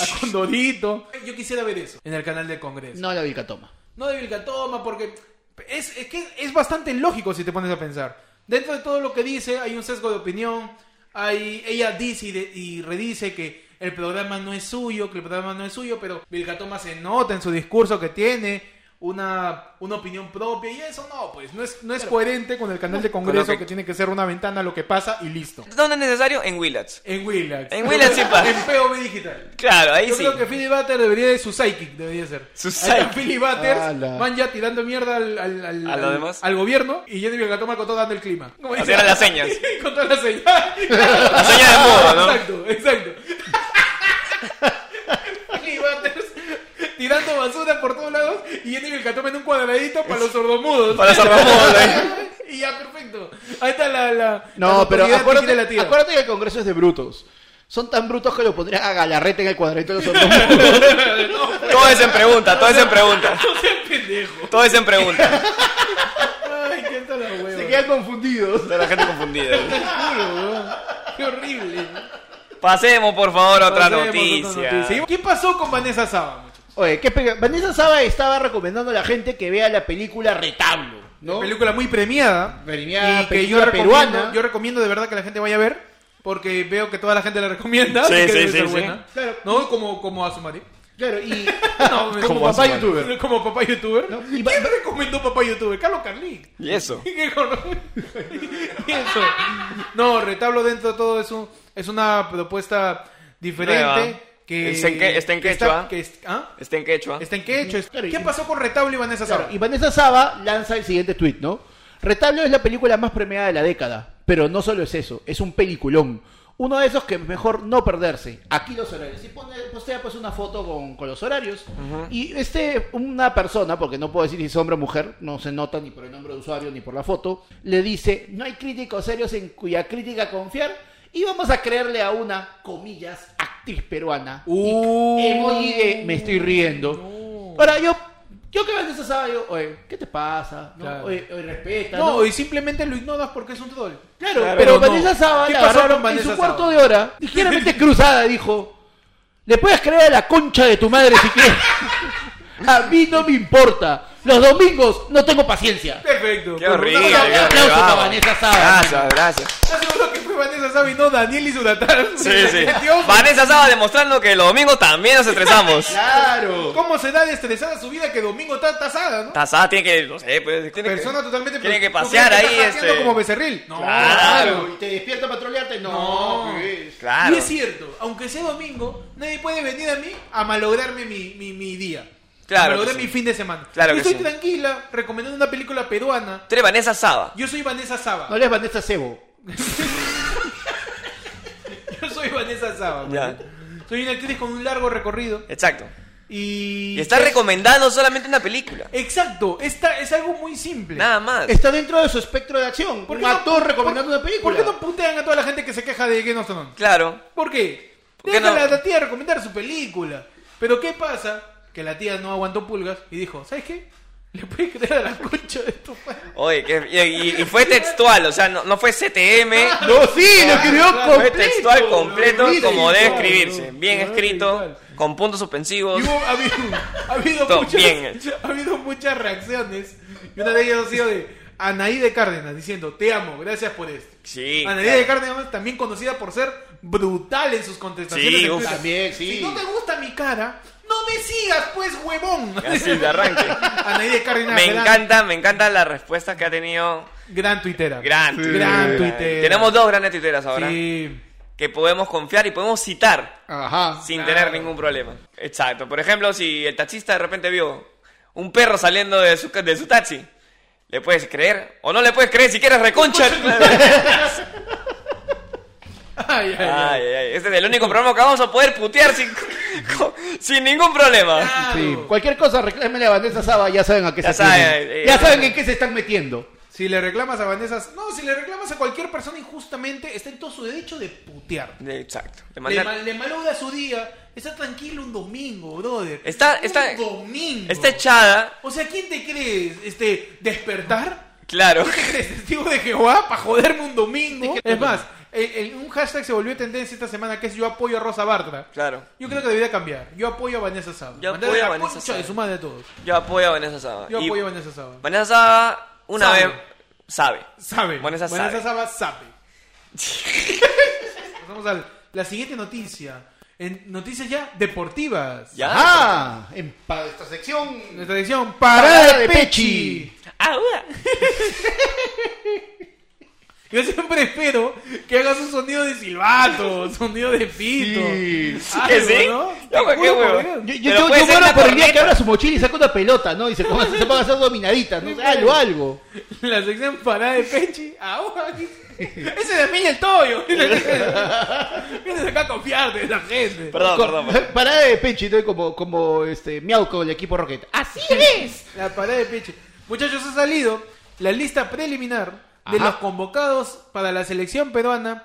Speaker 1: a Condorito. Yo quisiera ver eso en el canal del Congreso. No,
Speaker 3: No la Vilcatoma.
Speaker 1: de Vilcatoma, porque es, es que es bastante lógico si te pones a pensar. Dentro de todo lo que dice, hay un sesgo de opinión. Hay, ella dice y, de- y redice que el programa no es suyo, que el programa no es suyo, pero Vilcatoma se nota en su discurso que tiene una, una opinión propia y eso no, pues no es, no es coherente con el canal de Congreso
Speaker 2: Con lo que-
Speaker 1: que... tiene que ser una ventana a lo que pasa y listo.
Speaker 2: ¿Dónde es necesario? En Willax.
Speaker 1: En Willax.
Speaker 2: En Willax sí pasa.
Speaker 1: En POV Digital.
Speaker 2: Claro, ahí
Speaker 1: Yo
Speaker 2: sí.
Speaker 1: creo que Philly Butter debería de su psychic, debería ser.
Speaker 2: Su
Speaker 1: Ahí está
Speaker 2: psychic.
Speaker 1: Philly Butters
Speaker 3: Ala.
Speaker 1: van ya tirando mierda al, al, al,
Speaker 2: ¿A lo
Speaker 1: al-
Speaker 2: demás?
Speaker 1: al gobierno y Jenny Vilcatoma con todo dando el clima. Como
Speaker 2: Así
Speaker 1: dice-
Speaker 2: eran
Speaker 1: (laughs)
Speaker 2: las señas.
Speaker 1: con todas las señas.
Speaker 2: La señal de moda, ¿no?
Speaker 1: Exacto, exacto. (laughs) Philly Butters tirando basura por todos lados y Jenny Vilcatoma en un cuadradito para los sordomudos.
Speaker 2: Para ¿eh? salvamos ahí.
Speaker 1: (laughs) y ya, perfecto. Ahí está la. la
Speaker 3: No,
Speaker 1: la
Speaker 3: pero
Speaker 1: oportunidad que
Speaker 3: acuérdate,
Speaker 1: tiene la tía.
Speaker 3: acuérdate que el Congreso es de brutos. Son tan brutos que lo pondrían a Galarreta en el cuadrito de los otros.
Speaker 2: Todo es en pregunta, todo es en pregunta.
Speaker 1: No seas (laughs) pendejo.
Speaker 2: Todo es en pregunta.
Speaker 1: Ay, qué está la hueva.
Speaker 3: Se quedan confundidos.
Speaker 2: Está la gente confundida.
Speaker 1: Juro, weón. Qué horrible.
Speaker 2: Pasemos, por favor, a otra
Speaker 1: Pasemos a otra
Speaker 2: noticia.
Speaker 1: noticia. ¿Qué pasó con Vanessa Saba, muchachos?
Speaker 3: Oye, ¿qué pega? Vanessa Saba estaba recomendando a la gente que vea la película Retablo, ¿no?
Speaker 1: Película muy premiada.
Speaker 3: Oh. Premiada,
Speaker 1: y que
Speaker 3: película
Speaker 1: yo recomiendo,
Speaker 3: peruana.
Speaker 1: yo recomiendo de verdad que la gente vaya a ver. Porque veo que toda la gente la recomienda.
Speaker 2: Sí,
Speaker 1: así que
Speaker 2: sí,
Speaker 1: debe
Speaker 2: sí,
Speaker 1: ser
Speaker 2: sí.
Speaker 1: buena.
Speaker 3: Claro.
Speaker 1: No, como, como a su
Speaker 3: (laughs)
Speaker 1: marido.
Speaker 3: Claro, y...
Speaker 1: No,
Speaker 3: Como papá
Speaker 1: Asumari.
Speaker 3: youtuber.
Speaker 1: Como papá youtuber.
Speaker 3: No, y
Speaker 1: ¿Quién
Speaker 3: va-
Speaker 1: recomendó papá youtuber? Carlos Carlín. (laughs)
Speaker 2: ¿Y eso?
Speaker 1: ¿Qué cono- (laughs) ¿Y eso? No, Retablo dentro de todo es, un- es una propuesta diferente.
Speaker 2: Nueva.
Speaker 1: Que,
Speaker 2: Es en que- está en
Speaker 1: que
Speaker 2: quechua.
Speaker 1: que es- ¿ah?
Speaker 2: Está en quechua.
Speaker 1: Está en quechua. es-
Speaker 3: Claro, y-
Speaker 1: ¿Qué pasó con Retablo y Vanessa
Speaker 3: Claro,
Speaker 1: Saba?
Speaker 3: y Vanessa Saba lanza el siguiente tweet, ¿no? Retablo es la película más premiada de la década, pero no solo es eso, es un peliculón. Uno de esos que es mejor no perderse. Aquí los horarios. Y pone, postea pues una foto con, con los horarios. Y este, una persona, porque no puedo decir si es hombre o mujer, no se nota ni por el nombre de usuario ni por la foto, le dice, no hay críticos serios en cuya crítica confiar y vamos a creerle a una, comillas, actriz peruana.
Speaker 1: Uh.
Speaker 3: Y emoji de me estoy riendo. Ahora, yo, yo que Vanessa Saba, yo, oye, ¿qué te pasa? No,
Speaker 1: Claro.
Speaker 3: Oye, oye, respeta.
Speaker 1: No,
Speaker 3: ¿no?
Speaker 1: y simplemente lo ignoras porque es un troll.
Speaker 3: Claro,
Speaker 1: Claro,
Speaker 3: pero
Speaker 1: no.
Speaker 3: Vanessa Saba
Speaker 1: ¿Qué
Speaker 3: la
Speaker 1: pasó
Speaker 3: agarraron
Speaker 1: con
Speaker 3: en
Speaker 1: Vanessa
Speaker 3: su cuarto
Speaker 1: Saba?
Speaker 3: de
Speaker 1: (laughs)
Speaker 3: hora, ligeramente cruzada, dijo, le puedes creer a la concha de tu madre si quieres. (laughs) a mí no me importa. Los domingos no tengo paciencia.
Speaker 1: Perfecto. pues,
Speaker 2: Qué
Speaker 1: Pero
Speaker 2: horrible.
Speaker 1: una-
Speaker 3: aplauso
Speaker 2: qué horrible,
Speaker 3: para
Speaker 2: vamos.
Speaker 3: Vanessa Saba.
Speaker 2: Gracias, gracias.
Speaker 1: ¿Estás seguro que fue Vanessa Sabe y no Daniel y su natal. (laughs)
Speaker 2: Sí, sí.
Speaker 1: pues,
Speaker 2: Vanessa estaba demostrando que los domingos también nos estresamos.
Speaker 3: Claro.
Speaker 1: ¿Cómo se da destresada su vida que domingo está tasada, no?
Speaker 2: Tasada tiene que, no sé, pues, tiene
Speaker 1: Persona
Speaker 2: que...
Speaker 1: totalmente...
Speaker 2: tiene que
Speaker 1: ¿por qué
Speaker 2: pasear
Speaker 1: te
Speaker 2: ahí,
Speaker 1: estás hackeando
Speaker 2: este.
Speaker 1: como becerril. No,
Speaker 2: Claro.
Speaker 3: ¿Y te despierta a patrolearte? No,
Speaker 1: No.
Speaker 3: pues.
Speaker 2: Claro.
Speaker 1: Y es cierto, aunque sea domingo, nadie puede venir a mí a malograrme mi, mi, mi día.
Speaker 2: Claro
Speaker 1: A malograr
Speaker 2: que sí.
Speaker 1: mi fin de semana.
Speaker 2: Claro
Speaker 1: Yo
Speaker 2: que
Speaker 1: estoy
Speaker 2: sí.
Speaker 1: tranquila recomendando una película peruana.
Speaker 2: Tres Vanessa Saba.
Speaker 1: Yo soy Vanessa Saba.
Speaker 3: No les Vanessa Cebo.
Speaker 1: Yo soy Vanessa Saba.
Speaker 2: Ya.
Speaker 1: Soy una actriz con un largo recorrido.
Speaker 2: Exacto.
Speaker 1: Y.
Speaker 2: Y está recomendando solamente una película.
Speaker 1: Exacto, esta es algo muy simple.
Speaker 2: Nada más.
Speaker 3: Está dentro de su espectro de acción.
Speaker 1: ¿Por
Speaker 3: Un
Speaker 1: qué no-
Speaker 3: actor
Speaker 1: por-
Speaker 3: recomendando una
Speaker 1: ¿Por
Speaker 3: película.
Speaker 1: qué no putean a toda la gente que se queja de Game of Thrones?
Speaker 2: Claro.
Speaker 1: ¿Por qué?
Speaker 2: ¿Por qué
Speaker 1: Déjala
Speaker 2: no?
Speaker 1: a la tía recomendar su película. Pero ¿qué pasa? Que la tía no aguantó pulgas y dijo, ¿sabes qué? Le puedes creer a la concha de tu padre.
Speaker 2: Oye, que- y, y- y fue textual, o sea, no, no fue CTM.
Speaker 3: No, sí, lo escribió
Speaker 1: claro,
Speaker 2: Fue
Speaker 3: completo.
Speaker 2: Este textual completo,
Speaker 3: Mira,
Speaker 2: como debe
Speaker 1: visual,
Speaker 2: escribirse.
Speaker 1: no,
Speaker 2: Bien
Speaker 1: no,
Speaker 2: escrito,
Speaker 1: visual.
Speaker 2: con puntos suspensivos.
Speaker 1: Y hubo- ha habido, ha habido
Speaker 2: Todo
Speaker 1: muchas,
Speaker 2: bien hecho.
Speaker 1: (laughs) ha habido muchas reacciones. Y una de ellas ha sido de Anaí de Cárdenas diciendo, te amo, gracias por esto.
Speaker 2: Sí.
Speaker 1: Anaí
Speaker 2: claro.
Speaker 1: de Cárdenas, también conocida por ser brutal en sus contestaciones.
Speaker 2: Sí,
Speaker 1: en
Speaker 2: uf.
Speaker 1: Twitter.
Speaker 3: También, sí.
Speaker 1: Si no te gusta mi cara, no me sigas, pues, huevón.
Speaker 2: Así de arranque.
Speaker 1: (laughs) Anaí de Cárdenas.
Speaker 2: Me
Speaker 1: gran-
Speaker 2: encanta, me encantan las respuestas que ha tenido.
Speaker 1: Gran tuitera.
Speaker 2: Gran,
Speaker 1: Sí.
Speaker 2: tuitera.
Speaker 1: Gran tuitera.
Speaker 2: Tenemos dos grandes tuiteras ahora
Speaker 1: Sí.
Speaker 2: que podemos confiar y podemos citar
Speaker 3: Ajá.
Speaker 2: sin
Speaker 1: Ah, Claro.
Speaker 2: tener ningún problema. Exacto. Por ejemplo, si el taxista de repente vio un perro saliendo de su, de su taxi, ¿le puedes creer? O no le puedes creer si quieres reconcha.
Speaker 1: (laughs) Ay, ay,
Speaker 2: Ay,
Speaker 1: ay.
Speaker 2: ay, ay. Este es el único programa que vamos a poder putear sin, con- sin ningún problema.
Speaker 1: Claro.
Speaker 3: Sí. Cualquier cosa, reclámenle a Vanessa Saba, ya saben a qué
Speaker 2: Ya
Speaker 3: se
Speaker 2: saben,
Speaker 3: tienen.
Speaker 2: eh,
Speaker 3: Ya
Speaker 2: eh,
Speaker 3: saben en qué se están metiendo.
Speaker 1: Si le reclamas a Vanessa... No, si le reclamas a cualquier persona injustamente, está en todo su derecho de putear.
Speaker 2: Exacto. De
Speaker 1: Le,
Speaker 2: manera-
Speaker 1: mal- le malogra su día. Está tranquilo un domingo, brother.
Speaker 2: Está-
Speaker 1: un
Speaker 2: está- este
Speaker 1: domingo.
Speaker 2: Está echada,
Speaker 1: O sea, ¿quién te crees? Este, ¿Despertar?
Speaker 2: claro. (laughs)
Speaker 1: ¿Quién te crees testigo de Jehová para joderme un domingo? Es más, el- el- un hashtag se volvió tendencia esta semana que es yo apoyo a Rosa Bartra.
Speaker 2: Claro.
Speaker 1: Yo creo que debería cambiar. Yo apoyo a Vanessa Saba.
Speaker 2: Yo
Speaker 1: Mandarle
Speaker 2: apoyo a
Speaker 1: la
Speaker 2: Vanessa
Speaker 1: concha
Speaker 2: Saba.
Speaker 1: de su madre a todos.
Speaker 2: Yo apoyo a Vanessa Saba.
Speaker 1: Yo
Speaker 2: Y
Speaker 1: apoyo a Vanessa Saba.
Speaker 2: Vanessa Saba, una
Speaker 1: Sabe.
Speaker 2: vez, sabe.
Speaker 1: Sabe.
Speaker 2: Vanessa sabe.
Speaker 1: Saba sabe. (laughs) Pasamos a la siguiente noticia. En noticias ya deportivas.
Speaker 2: Ya.
Speaker 3: Ajá. En pa- esta sección.
Speaker 1: Nuestra edición Parada
Speaker 3: Parada
Speaker 1: de
Speaker 3: de
Speaker 1: Pechi.
Speaker 2: Ahora.
Speaker 1: Yo siempre espero que hagas un sonido de silbato, (laughs) un sonido de pito.
Speaker 3: Sí.
Speaker 2: ¿Que sí?
Speaker 1: ¿no?
Speaker 2: Ya,
Speaker 1: Te
Speaker 2: pues, qué
Speaker 1: juro por
Speaker 2: huevo.
Speaker 1: Dios.
Speaker 3: Yo, yo,
Speaker 2: Pero
Speaker 3: yo,
Speaker 2: puede
Speaker 3: yo
Speaker 2: ser
Speaker 3: muero
Speaker 2: una
Speaker 3: por el día que
Speaker 2: corneta.
Speaker 3: abra su mochila y saca una pelota, ¿no? Y se ponga, se ponga a hacer dominaditas, ¿no? Algo, algo.
Speaker 1: La sección parada de Pechi. Ahora. Ese de mí el Toyo. (laughs) Vienes acá a confiar de la gente.
Speaker 2: Perdón, perdón. perdón.
Speaker 3: Parada de pecho, ¿no? Como, como este, miau con el equipo Rocket. ¡Así es!
Speaker 1: La parada de Pechi. Muchachos, ha salido la lista preliminar de
Speaker 3: Ajá.
Speaker 1: los convocados para la selección peruana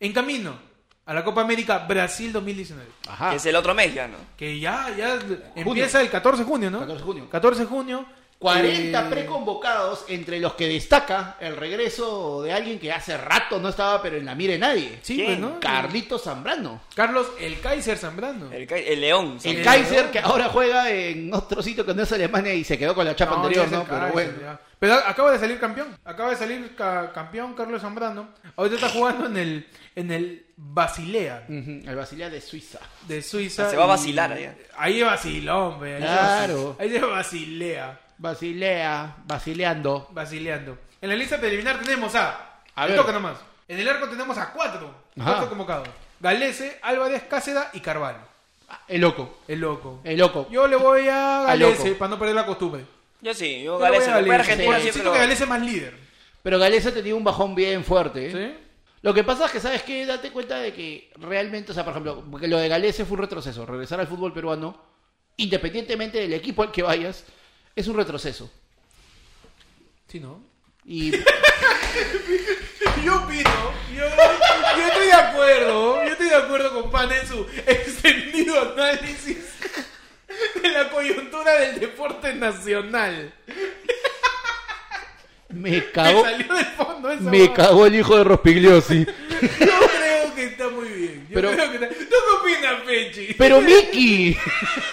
Speaker 1: en camino a la Copa América Brasil 2019.
Speaker 3: Ajá.
Speaker 2: Que es el otro mes ya, ¿no?
Speaker 1: Que ya, ya empieza el 14 de junio, ¿no?
Speaker 3: 14 de junio.
Speaker 1: 14 de junio.
Speaker 3: 40
Speaker 1: Eh,
Speaker 3: preconvocados, entre los que destaca el regreso de alguien que hace rato no estaba, pero en la mire nadie.
Speaker 1: Sí,
Speaker 2: ¿Quién?
Speaker 1: pues, ¿no?
Speaker 3: Carlito Zambrano.
Speaker 1: Carlos el Kaiser Zambrano.
Speaker 2: El, ca- el león.
Speaker 3: El
Speaker 2: ¿sabes?
Speaker 1: Sí.
Speaker 3: Kaiser que ahora juega en otro sitio que no es Alemania y se quedó con la chapa
Speaker 1: No,
Speaker 3: anterior,
Speaker 1: ya es
Speaker 3: ¿no?
Speaker 1: el
Speaker 3: Pero
Speaker 1: Kaiser,
Speaker 3: bueno.
Speaker 1: ya. Pero acaba de salir campeón. Acaba de salir ca- campeón Carlos Zambrano. Ahorita está jugando en el en el Basilea
Speaker 3: Ujú, El Basilea de Suiza.
Speaker 1: de Suiza.
Speaker 2: Se va a
Speaker 1: y-
Speaker 2: vacilar eh. allá.
Speaker 1: Ahí vaciló, hombre. Ahí
Speaker 3: Claro.
Speaker 1: se- (laughs) Ahí se Basilea.
Speaker 3: Basilea, basileando.
Speaker 1: Basileando. En la lista preliminar tenemos a.
Speaker 3: A
Speaker 1: me
Speaker 3: ver.
Speaker 1: toca nomás. En el arco tenemos a cuatro.
Speaker 3: Ajá.
Speaker 1: Cuatro convocados. Galese, Álvarez, Cáceda y Carvalho.
Speaker 3: Ah, El loco,
Speaker 1: El loco.
Speaker 3: el loco.
Speaker 1: Yo le voy a
Speaker 3: Al
Speaker 1: Galese
Speaker 3: loco.
Speaker 1: para no perder la costumbre.
Speaker 2: Yo sí, yo
Speaker 1: Yo le voy
Speaker 2: Gales.
Speaker 1: a
Speaker 2: Argentina
Speaker 1: Galese.
Speaker 2: siempre
Speaker 1: Sí, siento
Speaker 2: lo-
Speaker 1: que Galese es más líder.
Speaker 3: Pero Galeza tenía un bajón bien fuerte. ¿eh?
Speaker 1: ¿Sí?
Speaker 3: Lo que pasa es que, ¿sabes qué? Date cuenta de que realmente, o sea, por ejemplo, porque lo de Galese fue un retroceso. Regresar al fútbol peruano, independientemente del equipo al que vayas, es un retroceso.
Speaker 1: Sí, ¿no? (laughs)
Speaker 3: Y
Speaker 1: Yo opino, yo, yo estoy de acuerdo, yo estoy de acuerdo con Pan en su extendido análisis de la coyuntura del deporte nacional.
Speaker 3: me
Speaker 1: Me
Speaker 3: cagó,
Speaker 1: salió del fondo esa
Speaker 3: me
Speaker 1: huevada.
Speaker 3: cagó el hijo
Speaker 1: (laughs)
Speaker 3: de Rospigliosi.
Speaker 1: Yo creo que está muy bien. Yo
Speaker 3: Pero-
Speaker 1: creo que está... ¿Tú qué opinas, Pechi?
Speaker 3: Pero Miki, (laughs)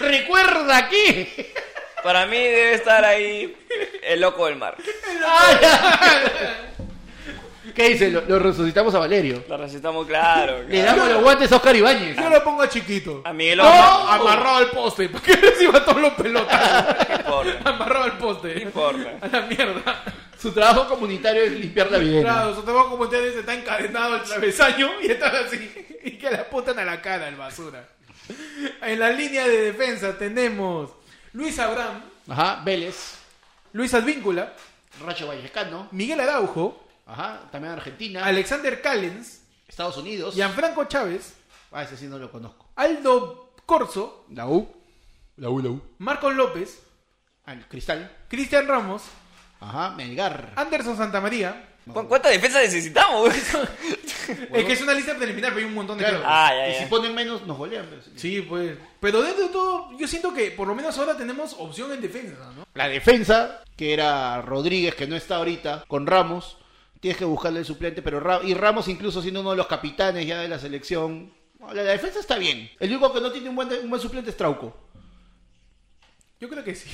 Speaker 1: (laughs)
Speaker 3: recuerda que...
Speaker 2: Para mí debe estar ahí el loco del mar.
Speaker 3: ¿Qué dice? Lo, lo resucitamos a Valerio.
Speaker 2: La recetamos, claro.
Speaker 3: Le
Speaker 2: claro.
Speaker 3: damos los guantes a Oscar Ibáñez.
Speaker 1: Yo lo pongo a chiquito.
Speaker 2: A Miguel
Speaker 1: No,
Speaker 2: Osma-
Speaker 1: amarrado al poste. ¿Para qué (laughs) reciba todos los pelotas?
Speaker 2: No importa.
Speaker 1: amarrado al poste.
Speaker 2: No importa.
Speaker 1: A la mierda.
Speaker 3: Su trabajo comunitario es limpiar la videna.
Speaker 1: Claro, su trabajo como ustedes está encadenado al travesaño y están así. Y que le apuntan a la cara el basura. En la línea de defensa tenemos Luis Abraham,
Speaker 3: Ajá, Vélez,
Speaker 1: Luis Advíncula,
Speaker 3: Racho Vallecano,
Speaker 1: Miguel Araujo,
Speaker 3: ajá, también Argentina,
Speaker 1: Alexander Callens,
Speaker 3: Estados Unidos.
Speaker 1: Gianfranco Chávez,
Speaker 3: Ah, ese sí no lo conozco.
Speaker 1: Aldo Corso,
Speaker 3: La U. La U, la U.
Speaker 1: Marcos López,
Speaker 3: Ah, el Cristal.
Speaker 1: Cristian Ramos,
Speaker 3: Ajá, Melgar.
Speaker 1: Anderson Santamaría.
Speaker 2: ¿Cu- ¿Cuánta defensa necesitamos? güey?
Speaker 1: Es que es una lista preliminar, pero hay un montón de
Speaker 3: Claro. Ah.
Speaker 1: gente.
Speaker 2: Ah, ya,
Speaker 3: y
Speaker 2: ya.
Speaker 3: si ponen menos, nos golean. pero sí.
Speaker 1: Sí, pues. Pero dentro de todo, yo siento que por lo menos ahora tenemos opción en defensa, ¿no?
Speaker 3: La defensa, que era Rodríguez, que no está ahorita, con Ramos. Tienes que buscarle el suplente, pero Ra- y Ramos incluso siendo uno de los capitanes ya de la selección. No, La la defensa está bien. El único que no tiene un buen, un buen suplente es Trauco.
Speaker 1: Yo creo que sí.